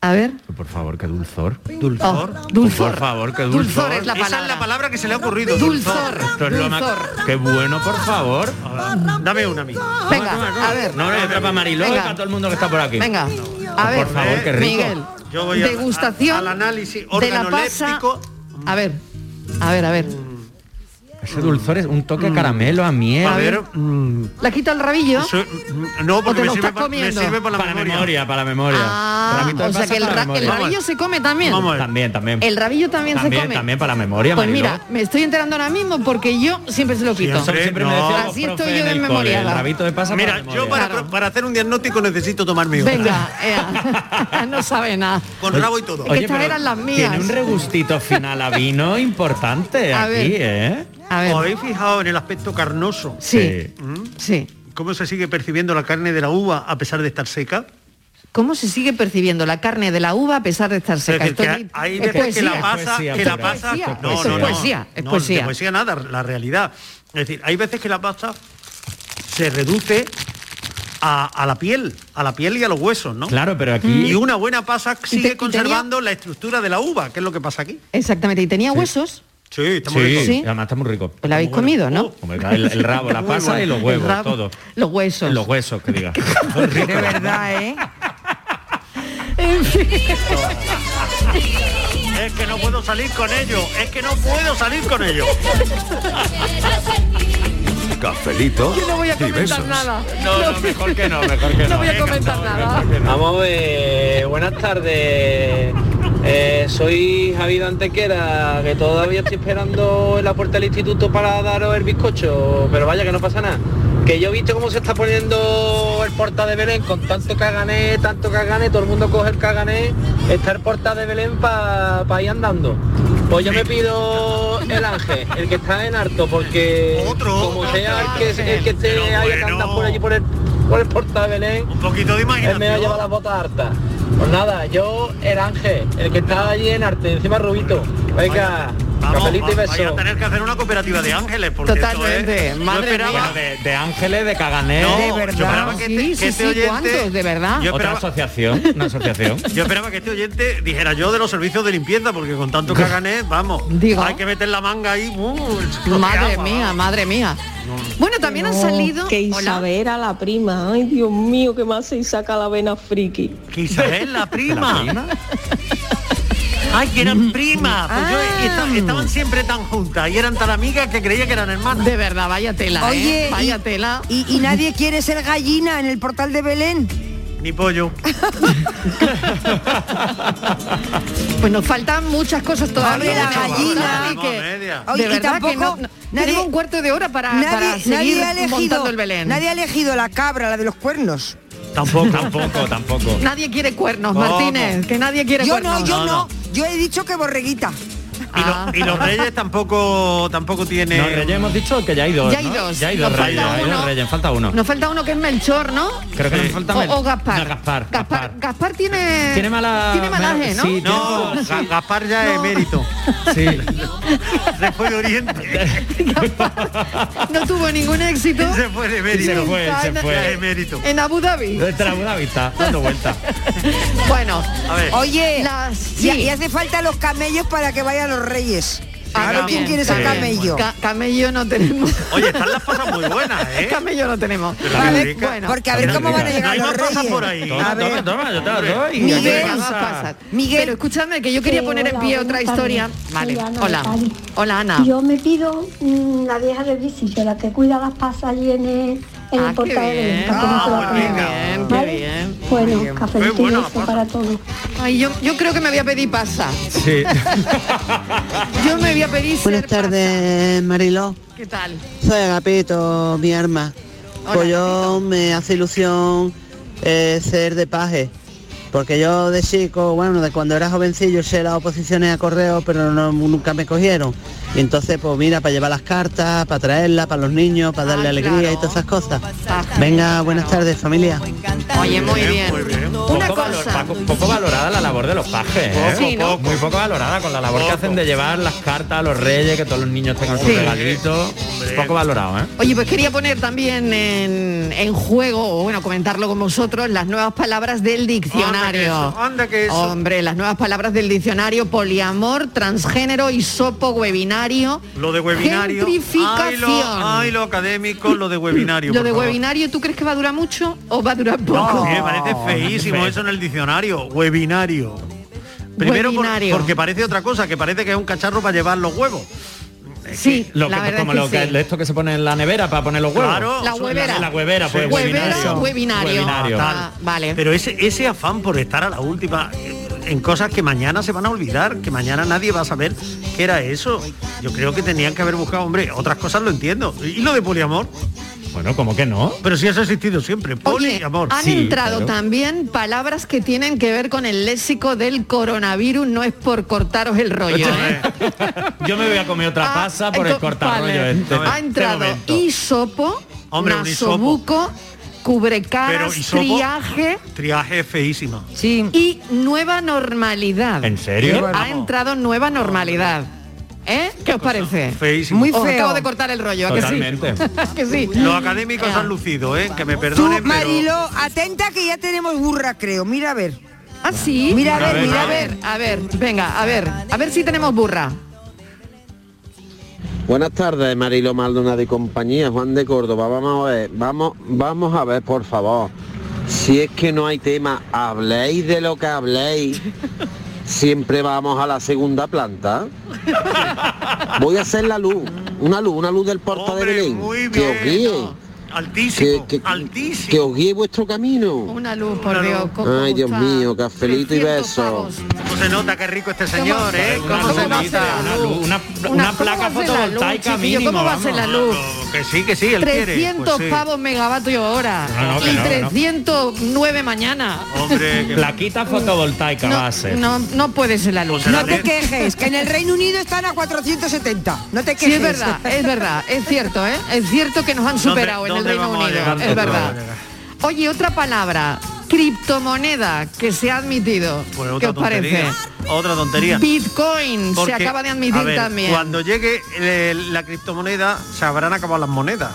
S13: a ver.
S4: Por favor, qué dulzor.
S6: Dulzor.
S13: Oh, dulzor.
S4: Por favor, qué dulzor.
S13: Dulzor es la
S6: Esa es
S13: palabra.
S6: la palabra que se le ha ocurrido.
S13: Dulzor.
S4: Esto es lo más-
S13: Dulzor.
S4: Qué bueno, por favor.
S6: Dame una amigo.
S13: Venga, a ver.
S4: No, no, otra para Mariló y
S13: Venga.
S4: para todo el mundo que está por aquí.
S13: Venga. A ver.
S4: Por favor, qué rico.
S13: Miguel.
S6: Yo voy a-
S13: Degustación
S6: al análisis
S13: de la pasa.
S6: organoléptico.
S13: A ver. A ver, a ver.
S4: Ese dulzor es un toque a caramelo a miel. Mm,
S13: A ver, ¿La quito el rabillo?
S4: Eso-
S6: mm, No,
S13: ¿O te
S6: porque me
S13: lo
S6: sirve,
S13: estás
S6: pa- me
S13: comiendo?
S6: sirve para la
S4: Para
S6: memoria.
S4: memoria, para memoria.
S13: Ah,
S4: Para mí todo
S13: o
S4: pasa
S13: sea que el, ra-
S4: para la
S13: el
S4: memoria.
S13: rabillo se come también.
S4: También, también.
S13: El rabillo también, se
S4: También,
S13: come.
S4: también para la memoria,
S13: Pues
S4: Mariló.
S13: mira, me estoy enterando ahora mismo porque yo siempre se lo quito.
S4: Siempre, siempre me decían los
S13: Así
S4: profes
S13: estoy yo
S4: en
S13: de
S4: el cole,
S13: memoria.
S4: el rabito de pasa
S6: Mira,
S4: para la
S6: yo para, para hacer un diagnóstico necesito tomarme otra.
S13: Venga, ea, (laughs) no sabe nada.
S6: (laughs) Con rabo y todo.
S13: Es que estas eran las mías.
S4: Tiene un regustito final a vino importante
S13: A
S4: aquí,
S13: ver.
S4: ¿eh?
S6: ¿Os habéis fijado en el aspecto carnoso? ¿Mm?
S4: Sí.
S13: Sí.
S6: ¿Cómo se sigue percibiendo la carne de la uva a pesar de estar seca?
S13: ¿Cómo se sigue percibiendo la carne de la uva a pesar de estar seca?
S6: Es decir,
S13: Esto
S6: que
S13: ni-
S6: hay
S13: es
S6: veces que la
S13: poesía.
S6: pasa, que la pasa,
S13: poesía,
S6: no,
S13: eso
S6: no,
S13: es
S6: no,
S13: poesía, es
S6: no,
S13: poesía.
S6: de poesía nada, la realidad. Es decir, hay veces que la pasa se reduce a, a la piel, a la piel y a los huesos, ¿no?
S4: Claro, pero aquí-
S6: y una buena pasa sigue
S13: y
S6: conservando la estructura de la uva, que es lo que pasa aquí.
S13: Exactamente, y tenía huesos,
S6: Sí, está muy
S4: Sí,
S6: rico.
S13: Sí.
S4: además está muy rico.
S13: pues la habéis comido, ¿no?
S4: Oh, Hombre, claro, El, el
S13: (laughs)
S4: rabo, la
S13: Muy
S4: pasa
S13: bueno.
S4: y los
S13: El
S4: huevos,
S13: rabo,
S4: todo.
S13: Los huesos.
S4: Los huesos,
S13: (laughs)
S4: que diga.
S15: De verdad,
S6: (laughs)
S15: ¿eh?
S13: En fin.
S6: Es que no puedo salir con ello, es que no puedo salir con ello.
S8: Cafelito
S13: Yo no voy a
S8: y
S13: comentar
S8: besos.
S13: nada.
S4: No, no, mejor que no, mejor que (laughs) no.
S13: No
S6: eh,
S13: voy a comentar nada.
S19: Vamos a ver, buenas tardes. Eh, soy Javi de Antequera, que todavía estoy esperando en la puerta del instituto para daros el bizcocho, pero vaya que no pasa nada. Que yo he visto cómo se está poniendo el porta de Belén con tanto cagané, tanto cagané, todo el mundo coge el cagané, está el porta de Belén para ir andando. Pues yo me pido el ángel, el que está en harto, porque como sea el que, el que esté ahí que anda por allí por el, por el porta de Belén,
S6: un poquito de
S19: Él me va a llevar las botas hartas. Pues nada, yo el ángel, el que está allí en arte, encima Rubito. Venga, cafelito
S6: va-
S19: y
S6: vaya
S19: beso.
S6: a tener que hacer una cooperativa de ángeles, porque esto es-
S13: Totalmente,
S6: yo
S13: madre
S6: esperaba-
S13: mía.
S4: De, de Ángeles, de Cagané.
S6: No,
S13: de
S6: yo
S13: verdad.
S6: esperaba que este-
S13: Sí,
S6: que
S13: sí,
S6: este
S13: sí,
S6: oyente-
S13: ¿cuántos? De verdad.
S6: Yo
S4: Otra
S6: esperaba-
S4: asociación, una asociación.
S6: (laughs) Yo esperaba que este oyente dijera yo de los servicios de limpieza, porque con
S13: (laughs)
S6: tanto cagané, vamos,
S13: Digo.
S6: hay que meter la manga ahí. uh, el chico de
S13: Madre
S6: agua,
S13: mía, madre mía. Bueno, también han
S26: No,
S13: salido...
S26: Que
S13: Hola.
S26: Isabel era la prima. Ay, Dios mío, que más se saca la vena friki.
S6: ¿Que Isabel, la prima? Ay, que eran primas. Pues yo
S13: Ah.
S6: esta- estaban siempre tan juntas y eran tan amigas que creía que eran hermanas.
S13: De verdad, vaya tela, ¿eh?
S15: Oye,
S13: Vaya
S15: y-
S13: tela.
S15: Y, y nadie quiere ser gallina en el portal de Belén.
S13: (laughs)
S6: Ni pollo.
S13: Pues nos faltan muchas cosas todavía.
S15: Hombre, la
S13: muchas
S15: gallina.
S13: cosas, así que,
S15: Oye,
S13: de
S15: y
S13: verdad
S15: tampoco
S13: que no, no-
S15: nadie-
S13: tenemos un cuarto de hora para,
S15: nadie,
S13: para seguir
S15: nadie ha elegido,
S13: montando el Belén.
S15: nadie ha elegido la cabra, la de los cuernos.
S4: Tampoco, tampoco, tampoco.
S13: Nadie quiere cuernos,
S15: ¿Cómo?
S13: Martínez. Que nadie quiere
S15: yo
S13: cuernos.
S15: no, yo no, Yo he dicho que borreguita.
S6: Y, lo-
S13: Ah.
S6: y los reyes tampoco tampoco tienen.
S4: No, Reyes hemos dicho que ya hay dos.
S13: Ya hay
S4: ¿no?
S13: dos.
S4: Ya hay
S13: Nos
S4: dos Reyes,
S13: falta
S4: hay dos
S13: uno.
S4: Reyes, falta uno.
S13: Nos falta uno que es Melchor, ¿no?
S4: Creo que nos falta
S13: O,
S4: Mel-
S13: o Gaspar.
S4: No, Gaspar.
S13: Gaspar. Gaspar tiene...
S4: Tiene mala-
S13: Tiene malaje, ¿no?
S4: mala- sí,
S6: No,
S4: tiene-
S6: Ga- Gaspar ya es emérito.
S4: Sí.
S6: Se fue de Oriente.
S13: (laughs) No tuvo ningún éxito.
S6: Se fue de emérito.
S4: Se fue, se
S13: Está en-
S4: fue.
S6: De emérito.
S13: En Abu Dhabi.
S4: Desde la Buda Vista, dando vueltas.
S13: Bueno,
S6: A ver.
S15: Oye,
S13: Las-
S15: y,
S13: sí.
S15: y hace falta los camellos para que vayan los reyes.
S13: Ah,
S15: A ver quién quiere ser camello.
S13: Ca- camello no tenemos.
S6: Oye, están las cosas muy buenas, ¿eh?
S13: Camello no tenemos.
S6: La
S13: Vale,
S6: América.
S13: bueno.
S15: Porque a ver
S6: No,
S15: cómo van a
S6: no
S15: llegar
S6: hay
S15: los
S6: más pasas
S15: reyes.
S6: por ahí.
S15: A ver.
S6: Toma, toma, yo te la doy.
S15: Miguel.
S13: Venga, más pasas. Pero escúchame, que yo quería
S20: Sí,
S13: poner en
S20: hola,
S13: pie otra
S20: buenas
S13: historia.
S20: tardes.
S13: Vale,
S20: Soy Ana de
S13: hola.
S20: Cádiz.
S13: Hola, Ana.
S20: Yo me pido mm, la vieja de Visillo, la que cuida las pasas allí en el, en el portal de
S13: Ah,
S20: Belén, para
S13: bien.
S20: que no se
S6: Ah, pues
S20: las coman. ¿Vale? Bueno, cafecito y beso para todos.
S13: Ay, yo, yo creo que me voy a pedir pasa.
S6: Sí.
S13: yo me voy a pedir ser
S33: Buenas tardes, Mariló.
S13: ¿Qué tal?
S33: Soy Agapito, mi arma. pues yo me hace ilusión eh, ser de paje. Porque yo de chico, bueno, de cuando era jovencillo, sé las oposiciones a correo, pero no- nunca me cogieron. Y entonces, pues mira, para llevar las cartas, para traerlas, para los niños, para
S13: Ah,
S33: darle alegría y todas esas cosas. Venga, buenas tardes, familia.
S13: Oye, muy bien. Una
S4: poco, valor-
S13: cosa.
S4: Paco, poco valorada la labor de los pajes, ¿eh?
S13: Sí, ¿no?
S4: Muy poco valorada con la labor que hacen de llevar las cartas a los reyes, que todos los niños tengan sus
S13: Sí.
S4: regalitos. Poco valorado, ¿eh?
S13: Oye, pues quería poner también en, en juego, o bueno, comentarlo con vosotros, las nuevas palabras del diccionario.
S6: Anda que eso.
S13: Hombre, las nuevas palabras del diccionario, poliamor, transgénero, hisopo, webinario.
S6: Lo de webinario. Ay,
S13: Gentrificación.
S6: lo, ay, lo académico, lo de webinario.
S13: Lo
S6: por
S13: de
S6: favor.
S13: webinario, ¿tú crees que va a durar mucho o va a durar poco?
S6: No, me parece feísimo eso en el diccionario. Webinario. Primero por-
S13: Webinario.
S6: porque parece otra cosa, que parece que es un cacharro para llevar los huevos.
S13: Sí,
S4: Lo
S13: la
S4: que-
S13: verdad
S4: como
S13: es
S4: lo
S13: que
S4: que,
S13: sí.
S4: esto que se pone en la nevera para poner los huevos.
S6: Claro,
S13: La huevera.
S4: La, huevera, pues
S6: Sí.
S13: Huevera,
S4: webinario.
S13: webinario.
S4: Webinario.
S13: Ah, vale.
S6: Pero ese, ese afán por estar a la última eh, en cosas que mañana se van a olvidar, que mañana nadie va a saber qué era eso. Yo creo que tenían que haber buscado, hombre, otras cosas lo entiendo. ¿Y lo de poliamor?
S4: Bueno, como que no?
S6: Pero sí eso ha existido siempre, poliamor.
S13: Han entrado también palabras que tienen que ver con el léxico del coronavirus, no es por cortaros el
S6: (laughs)
S13: rollo. ¿eh?
S4: Yo me voy a comer otra pasa por el
S13: Ah, Entonces,
S4: cortarrollo
S13: vale.
S4: este.
S13: Ha entrado hisopo,
S6: Hombre, un hisopo.
S13: nasobuco,
S6: Pero
S13: cubrecaras,
S6: hisopo-
S13: triaje
S6: Triaje feísimo.
S13: y nueva normalidad.
S6: ¿En serio?
S13: Ha entrado nueva normalidad. ¿Eh? ¿Qué os parece?
S6: Feísimo.
S13: Os acabo de cortar el rollo, ¿a que sí?
S6: Totalmente.
S13: (laughs) ¿A que sí?
S6: Los académicos han lucido, ¿eh? Que me
S15: Tú,
S6: perdonen, pero...
S15: Marilo, atenta que ya tenemos burra, creo. Mira a ver.
S13: ¿Ah, sí?
S15: Mira a
S13: a
S15: ver,
S13: ver,
S15: mira
S13: a ver, a ver, venga, a ver, a ver si tenemos burra.
S16: Buenas tardes, Marilo Maldonado y compañía, Juan de Córdoba. Vamos a ver, vamos, vamos a ver, por favor. Si es que no hay tema, habléis de lo que habléis. Siempre vamos a la segunda planta. Voy a hacer la luz, una luz, una luz del porta de Belén. Que os guíe.
S6: Altísimo,
S16: que, que- que os guíe vuestro camino.
S13: Una luz, por Dios. cómo
S16: Ay, Dios
S13: gusta.
S16: mío, cafelito y besos.
S6: ¿Cómo se nota qué rico este señor, eh?
S4: Una
S6: ¿Cómo se
S4: lunita,
S6: nota?
S4: una luz, una- una
S13: ¿cómo va a
S4: placa
S13: ser la luz,
S4: fotovoltaica
S13: chiquillo? ¿Cómo
S4: mínimo,
S13: va a ser la
S4: vamos.
S13: luz?
S6: Que sí, que sí, él quiere.
S13: 300
S6: pues sí.
S13: pavos megavatio hora
S4: No, no, que
S13: y
S4: no, que no.
S13: 309 mañana. (laughs)
S6: Hombre, que-
S4: Plaquita fotovoltaica va a ser.
S13: No, no puede ser la luz.
S15: No te quejes, que en el Reino Unido están a 470. No te
S13: Sí,
S15: quejes.
S13: es verdad, es verdad, es cierto, ¿eh? Es cierto que nos han superado en el
S15: dónde
S13: Reino
S15: vamos a
S13: Unido,
S15: llegar
S13: es
S15: nosotros?
S13: verdad. Oye, otra palabra, criptomoneda, que se ha admitido.
S6: Pues
S13: ¿Qué
S6: otra
S13: os parece?
S6: tontería. Otra tontería.
S13: Bitcoin
S6: Porque,
S13: se acaba de
S6: a
S13: admitir
S6: ver,
S13: también.
S6: Cuando llegue eh, la criptomoneda, se habrán acabado las monedas.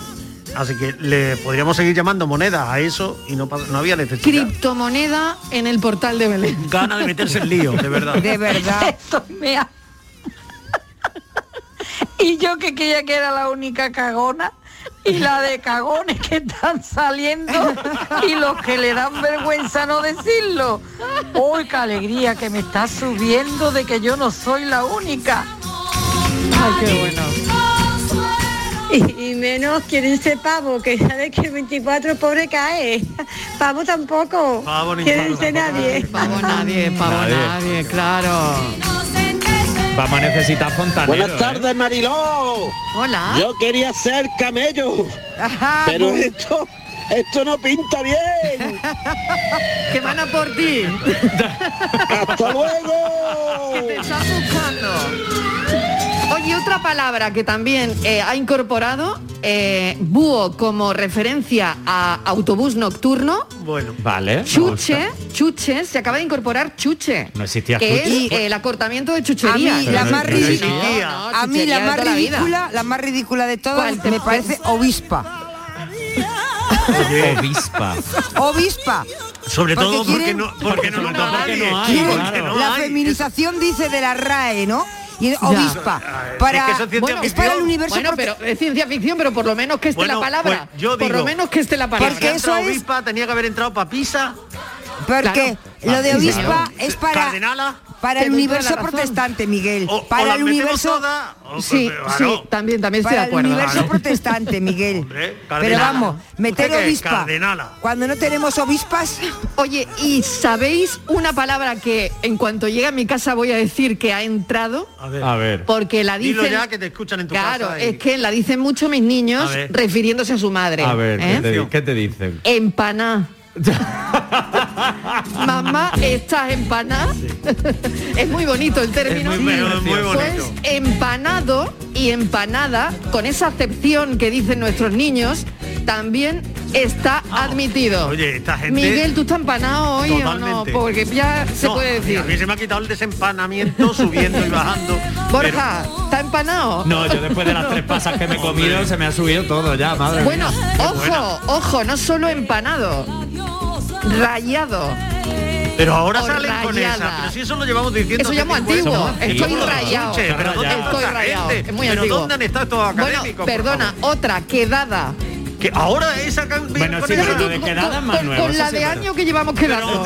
S6: Así que le podríamos seguir llamando monedas a eso y no, pa- no había necesidad.
S13: Criptomoneda en el portal de Belén. (laughs)
S6: Gana de meterse en lío, de verdad.
S11: Esto me ha- y yo que creía que era la única cagona y la de cagones que están saliendo y los que le dan vergüenza no decirlo. ¡Uy, qué alegría que me está subiendo de que yo no soy la única!
S13: ¡Ay, qué bueno!
S11: Y, menos quieren ese pavo, que sabe que 24 pobre cae. Pavo tampoco.
S13: Pavo ni
S11: Quiere
S13: pavo
S11: dice nadie.
S13: Pavo nadie, pavo
S4: Nadie.
S13: nadie, claro.
S4: Vamos a necesitar fontanero.
S15: ¿eh?
S16: Buenas tardes, Mariló.
S13: Hola.
S16: Yo quería ser camello. Pero
S13: pues-
S16: esto, esto no pinta bien.
S13: que van a por ti.
S16: Hasta luego.
S13: Que te están buscando. Oye, otra palabra que también eh, ha incorporado eh, búho como referencia a autobús nocturno.
S6: Bueno.
S4: Vale. me
S13: Chuche,
S4: gusta.
S13: chuche, se acaba de incorporar chuche.
S4: No existía
S13: que
S4: chuche.
S13: es eh, el acortamiento de chuchería.
S15: A mí, la más ridícula,
S13: No, no,
S15: a mí la
S13: chuchería
S15: más
S13: de toda la vida.
S15: ridícula, la más ridícula de
S13: ¿Cuál
S15: todas
S13: te
S15: me
S13: parece?
S15: parece obispa.
S4: Obispa.
S15: Obispa.
S6: Sobre
S15: Porque
S6: todo porque
S15: quieren-
S6: no, porque no,
S4: no, porque no hay,
S15: Quieren-
S4: claro.
S15: la feminización dice de la RAE, ¿no? y
S13: Ya.
S15: obispa. Para, Bueno, es para el universo.
S13: Bueno,
S15: prote-
S13: pero eh, es ciencia ficción, pero por lo menos que esté
S15: Bueno,
S13: la palabra.
S15: pues, yo
S13: por lo
S15: digo,
S13: menos que esté la palabra.
S15: porque eso es-
S6: tenía que haber entrado papisa.
S15: Porque lo de obispa es para
S6: Cardenala.
S15: para
S13: Te
S15: el
S13: doy toda
S15: universo
S13: la razón.
S15: protestante, Miguel.
S13: O- o
S15: para
S13: las
S15: el
S13: metemos
S15: universo
S13: todas, o- Sí, claro. sí, también- también estoy
S15: Para
S13: de acuerdo.
S15: el universo
S13: Claro.
S15: protestante, Miguel. Pero
S13: cardenala.
S15: vamos, meter
S13: ¿Usted qué es,
S15: obispa.
S13: cardenala?
S15: Cuando no tenemos obispas,
S13: (laughs) Oye, ¿y sabéis una palabra que en cuanto llegue a mi casa voy a decir que ha entrado?
S6: A ver.
S13: Porque la
S6: Dilo
S13: dicen...
S6: ya que te escuchan en tu
S13: claro,
S6: casa. eh. y-
S13: es que la dicen mucho mis niños
S6: A ver.
S13: refiriéndose a su madre.
S4: A ver,
S13: ¿eh?
S4: ¿qué, te, di- qué te dicen?
S13: Empaná. Mamá, estás empaná. es muy bonito el término.
S4: Es muy bueno, es muy
S13: Pues empanado y empanada, con esa acepción que dicen nuestros niños, también está admitido.
S6: Oye, esta gente-
S13: Miguel, tú estás empanado hoy o no,
S6: Totalmente.
S13: porque ya se
S6: No,
S13: puede decir.
S6: A mí se me ha quitado el desempanamiento subiendo y bajando.
S13: Borja, ¿está empanado?
S4: No, yo después de las tres pasas que me he comido se me ha subido todo ya, madre. mía.
S13: Bueno, ojo, ojo, no solo empanado, rayado.
S6: Pero ahora
S13: O
S6: salen con esa.
S13: rayada.
S6: Pero si eso lo llevamos diciendo.
S13: Eso
S6: hace
S13: llamo
S6: cinco
S13: antiguo,
S6: años.
S13: estoy
S6: Antiguo.
S13: rayado.
S6: Che, pero ¿dónde
S13: Estoy
S6: está esta
S13: rayado,
S6: gente?
S13: es muy
S6: ¿Pero
S13: antiguo.
S6: dónde han estado estos académicos?
S13: Bueno,
S6: por
S13: perdona, otra quedada.
S6: favor? Que ahora esa can-
S4: Bueno,
S6: con
S4: sí,
S6: esa-
S4: pero lo de quedada es más
S13: Con,
S4: nuevo.
S13: con
S4: eso
S13: la
S4: sí
S13: de
S4: es
S13: año que llevamos quedando.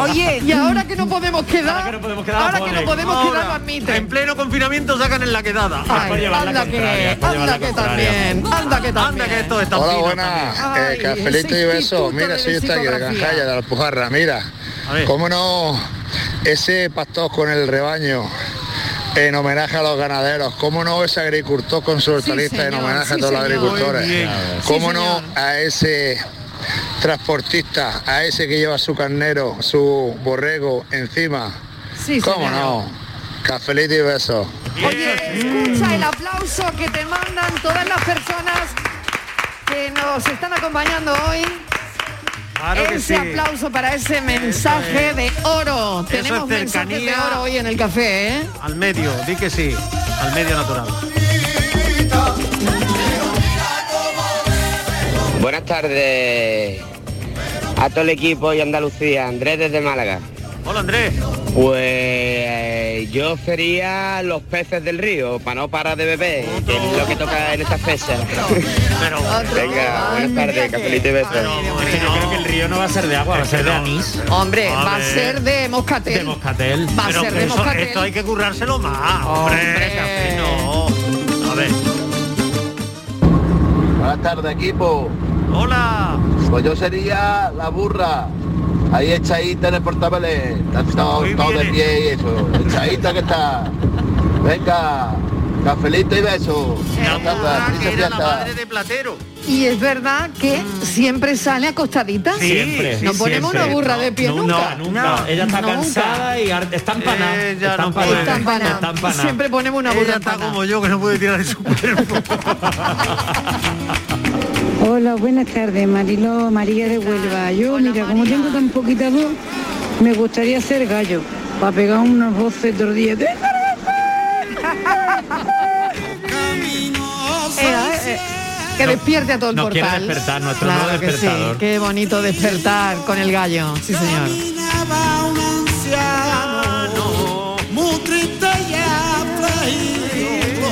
S13: Oye, y ahora que no podemos quedar, ahora que no podemos quedar,
S6: Ahora,
S13: lo admiten.
S6: En pleno confinamiento sacan en la quedada.
S4: Ah,
S13: Ay,
S4: pues
S13: anda que, anda que también, anda que también.
S6: Anda que esto está
S29: Hola,
S6: fino
S29: buenas.
S6: también.
S29: Eh, cafelito y besos. Mira, soy usted aquí de
S6: psicografía.
S29: Canjaya, de la Alpujarra. Mira, cómo no ese pastor con el rebaño en homenaje a los ganaderos. Cómo no ese agricultor con su hortaliza en
S34: señor,
S29: homenaje a
S34: sí,
S29: todos los
S34: señor.
S29: agricultores.
S34: Muy bien.
S29: Cómo
S34: Sí,
S29: no a ese transportista, a ese que lleva su carnero, su borrego encima.
S13: Sí,
S29: cómo
S13: señor.
S29: no. Cafelito y besos.
S13: Oye, escucha el aplauso que te mandan todas las personas que nos están acompañando hoy.
S6: Claro que
S13: ese
S6: sí.
S13: aplauso para ese mensaje
S6: es.
S13: de oro.
S6: Eso
S13: Tenemos
S6: es
S13: mensajes de
S6: cercanía.
S13: oro hoy en el café, ¿eh?
S6: Al medio, di que sí. Al medio natural.
S33: Buenas tardes a todo el equipo y Andalucía. Andrés desde Málaga.
S6: Hola Andrés.
S33: Pues yo sería los peces del río, para no parar de beber, que es lo que toca en estas
S4: (laughs)
S33: fechas. Venga, buenas tardes, cafelito y besos.
S4: Yo creo que el río no va a ser de agua, va a ser de anís.
S13: Hombre,
S4: A
S13: va a
S4: ver.
S13: ser de moscatel.
S4: De moscatel.
S13: Va a
S4: Pero
S13: ser
S4: que
S13: de
S4: eso-
S13: moscatel.
S6: Esto hay que currárselo más. Hombre, café no. A ver.
S34: Buenas tardes, equipo.
S6: Hola.
S34: Pues yo sería la burra. Ahí echadita en el portapapeles. Está Todo, todo de pie y eso. Echadita que está. Venga. Cafelito y besos. Fiesta, felices fiestas.
S6: de platero.
S13: Y es verdad que
S6: Mm.
S13: siempre sale acostadita.
S4: Siempre.
S13: No Ah, ponemos una burra de pie
S4: No,
S13: nunca.
S4: No, nunca. Ella está
S13: Nunca.
S4: cansada y ar- está empanada. está empanada.
S13: Está empanada.
S4: Está empanada.
S13: Siempre ponemos una burra empanada.
S6: Como yo que no puede tirar de su (laughs) cuerpo.
S11: Hola, buenas tardes, Marilo María de Huelva. Yo, mira, como tengo tan poquita voz, me gustaría ser gallo, para pegar unas voces todos los días.
S13: Eh, eh, que despierte a todo el
S4: Nos quiere
S13: portal.
S4: despertar, nuestro
S13: Claro
S4: nuevo
S13: que sí.
S4: despertador.
S13: Qué bonito despertar con el gallo. Sí, señor.
S25: Caminaba un anciano, muy triste y afligido,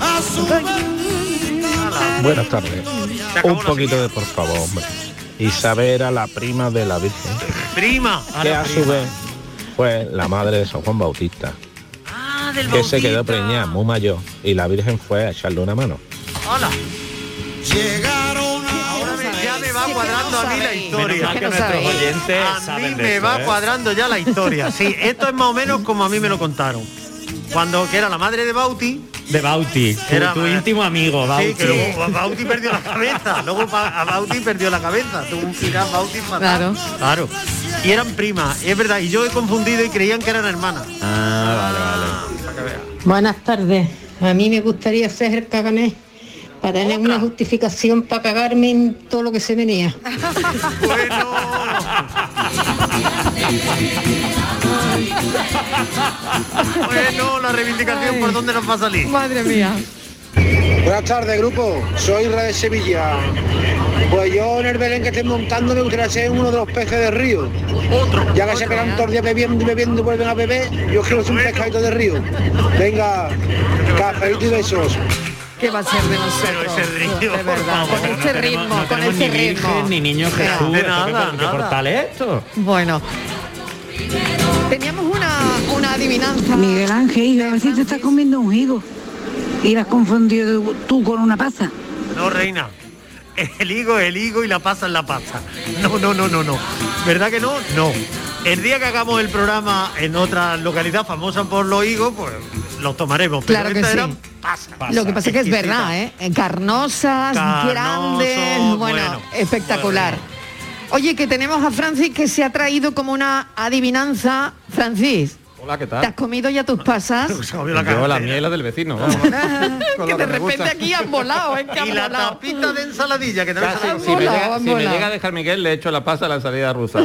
S25: a su bendita
S32: Buenas tardes. Un poquito de por favor, hombre. Isabel era la prima de la Virgen,
S6: Prima.
S32: que
S6: la
S32: a su
S6: prima.
S32: vez fue la madre de San Juan Bautista,
S6: Ah, del
S32: que se quedó
S6: Bautista.
S32: preñada, muy mayor, y la Virgen fue a echarle una mano.
S6: Hola. Llegaron a Ahora me- ya me va cuadrando a mí la
S25: (laughs)
S6: historia.
S4: Menos mal que nuestros oyentes
S6: A mí
S4: saben de
S6: me
S4: esto,
S6: va
S4: ¿eh?
S6: cuadrando ya la historia. Sí, esto es más o menos como a mí me lo contaron. Cuando que era la madre de Bauti,
S4: De Bauti. tu-
S6: Era-
S4: tu íntimo amigo, Bauti.
S6: sí, que luego Bauti perdió la cabeza. Luego pa- a Bauti perdió la cabeza. Tuvo un final Bauti fatal.
S13: Claro.
S6: Claro. Y eran primas, es verdad. Y yo he confundido y creían que eran hermanas.
S4: Ah,
S6: vale, vale.
S35: Buenas tardes. A mí me gustaría ser el caganés para tener una justificación para cagarme en todo lo que se venía.
S6: Bueno, la reivindicación por dónde nos va a salir.
S13: Madre mía.
S16: Buenas tardes, grupo. Soy Red de Sevilla. Pues yo en el Belén que estoy montando me gustaría ser uno de los peces del río. Otro. Ya que se pegan todos los días bebiendo y bebiendo y vuelven a beber, yo quiero ser un pescadito del río. Venga, cafelito y besos.
S13: ¿Qué va a ser de nosotros? de verdad, con este ritmo, con este ritmo.
S4: ni niño Jesús,
S13: De
S4: ¿esto
S13: nada,
S4: qué por- ¿qué
S13: nada.
S4: portal es esto?
S13: Bueno. Teníamos una, una adivinanza.
S11: Miguel Ángel, hija, a ver si te estás comiendo un higo y la has confundido tú con una pasa.
S6: No, reina. El higo, el higo y la pasa en la pasta. No, no, no, no, no. ¿Verdad que no? No. El día que hagamos el programa en otra localidad famosa por los higos, pues los tomaremos. Pero
S13: Claro que
S6: esta
S13: sí.
S6: era pasa, pasa,
S13: Lo que pasa es que es
S6: exquisita.
S13: verdad, ¿eh? Carnosas,
S6: Carnoso,
S13: grandes, bueno,
S6: bueno,
S13: espectacular. Oye, que tenemos a Francis que se ha traído como una adivinanza. Francis,
S32: Hola, ¿qué
S13: ¿te has
S32: tal?
S13: comido ya tus
S32: (laughs)
S6: Ah.
S13: pasas?
S32: Yo la miel del vecino, vamos. Con
S13: Ah. (laughs) que
S32: lo
S13: de
S32: que me
S13: repente
S32: gusta.
S13: aquí han volado, ¿eh? Que han
S6: Y la
S13: volado.
S6: tapita de ensaladilla que
S32: Casi,
S6: tenemos.
S32: si, me llega, si me llega a dejar Miguel, le echo la pasa a la salida rusa.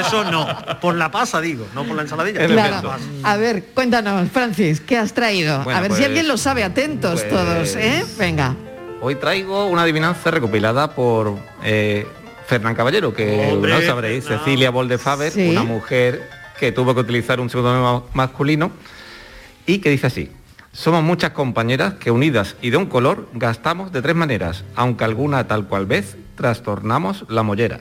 S6: Eso no, por la pasa digo, no por la ensaladilla.
S13: Claro. A ver, cuéntanos, Francis, ¿qué has traído?
S32: Bueno,
S13: a ver si
S32: pues-
S13: alguien lo sabe, atentos
S32: pues-
S13: todos, ¿eh? Venga.
S32: Hoy traigo una adivinanza recopilada por eh, Fernán Caballero, que no sabréis, Cecilia Boldefaber,
S13: Sí.
S32: una mujer que tuvo que utilizar un seudónimo masculino y que dice así. Somos muchas compañeras que unidas y de un color gastamos de tres maneras, aunque alguna tal cual vez trastornamos la mollera.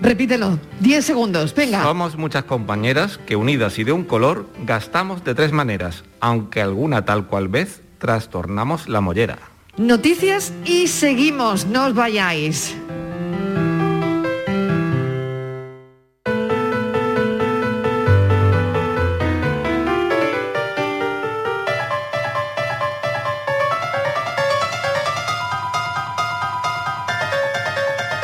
S13: Repítelo, 10 segundos, venga.
S32: Somos muchas compañeras que unidas y de un color gastamos de tres maneras, aunque alguna tal cual vez trastornamos la mollera.
S13: Noticias y seguimos, no os vayáis.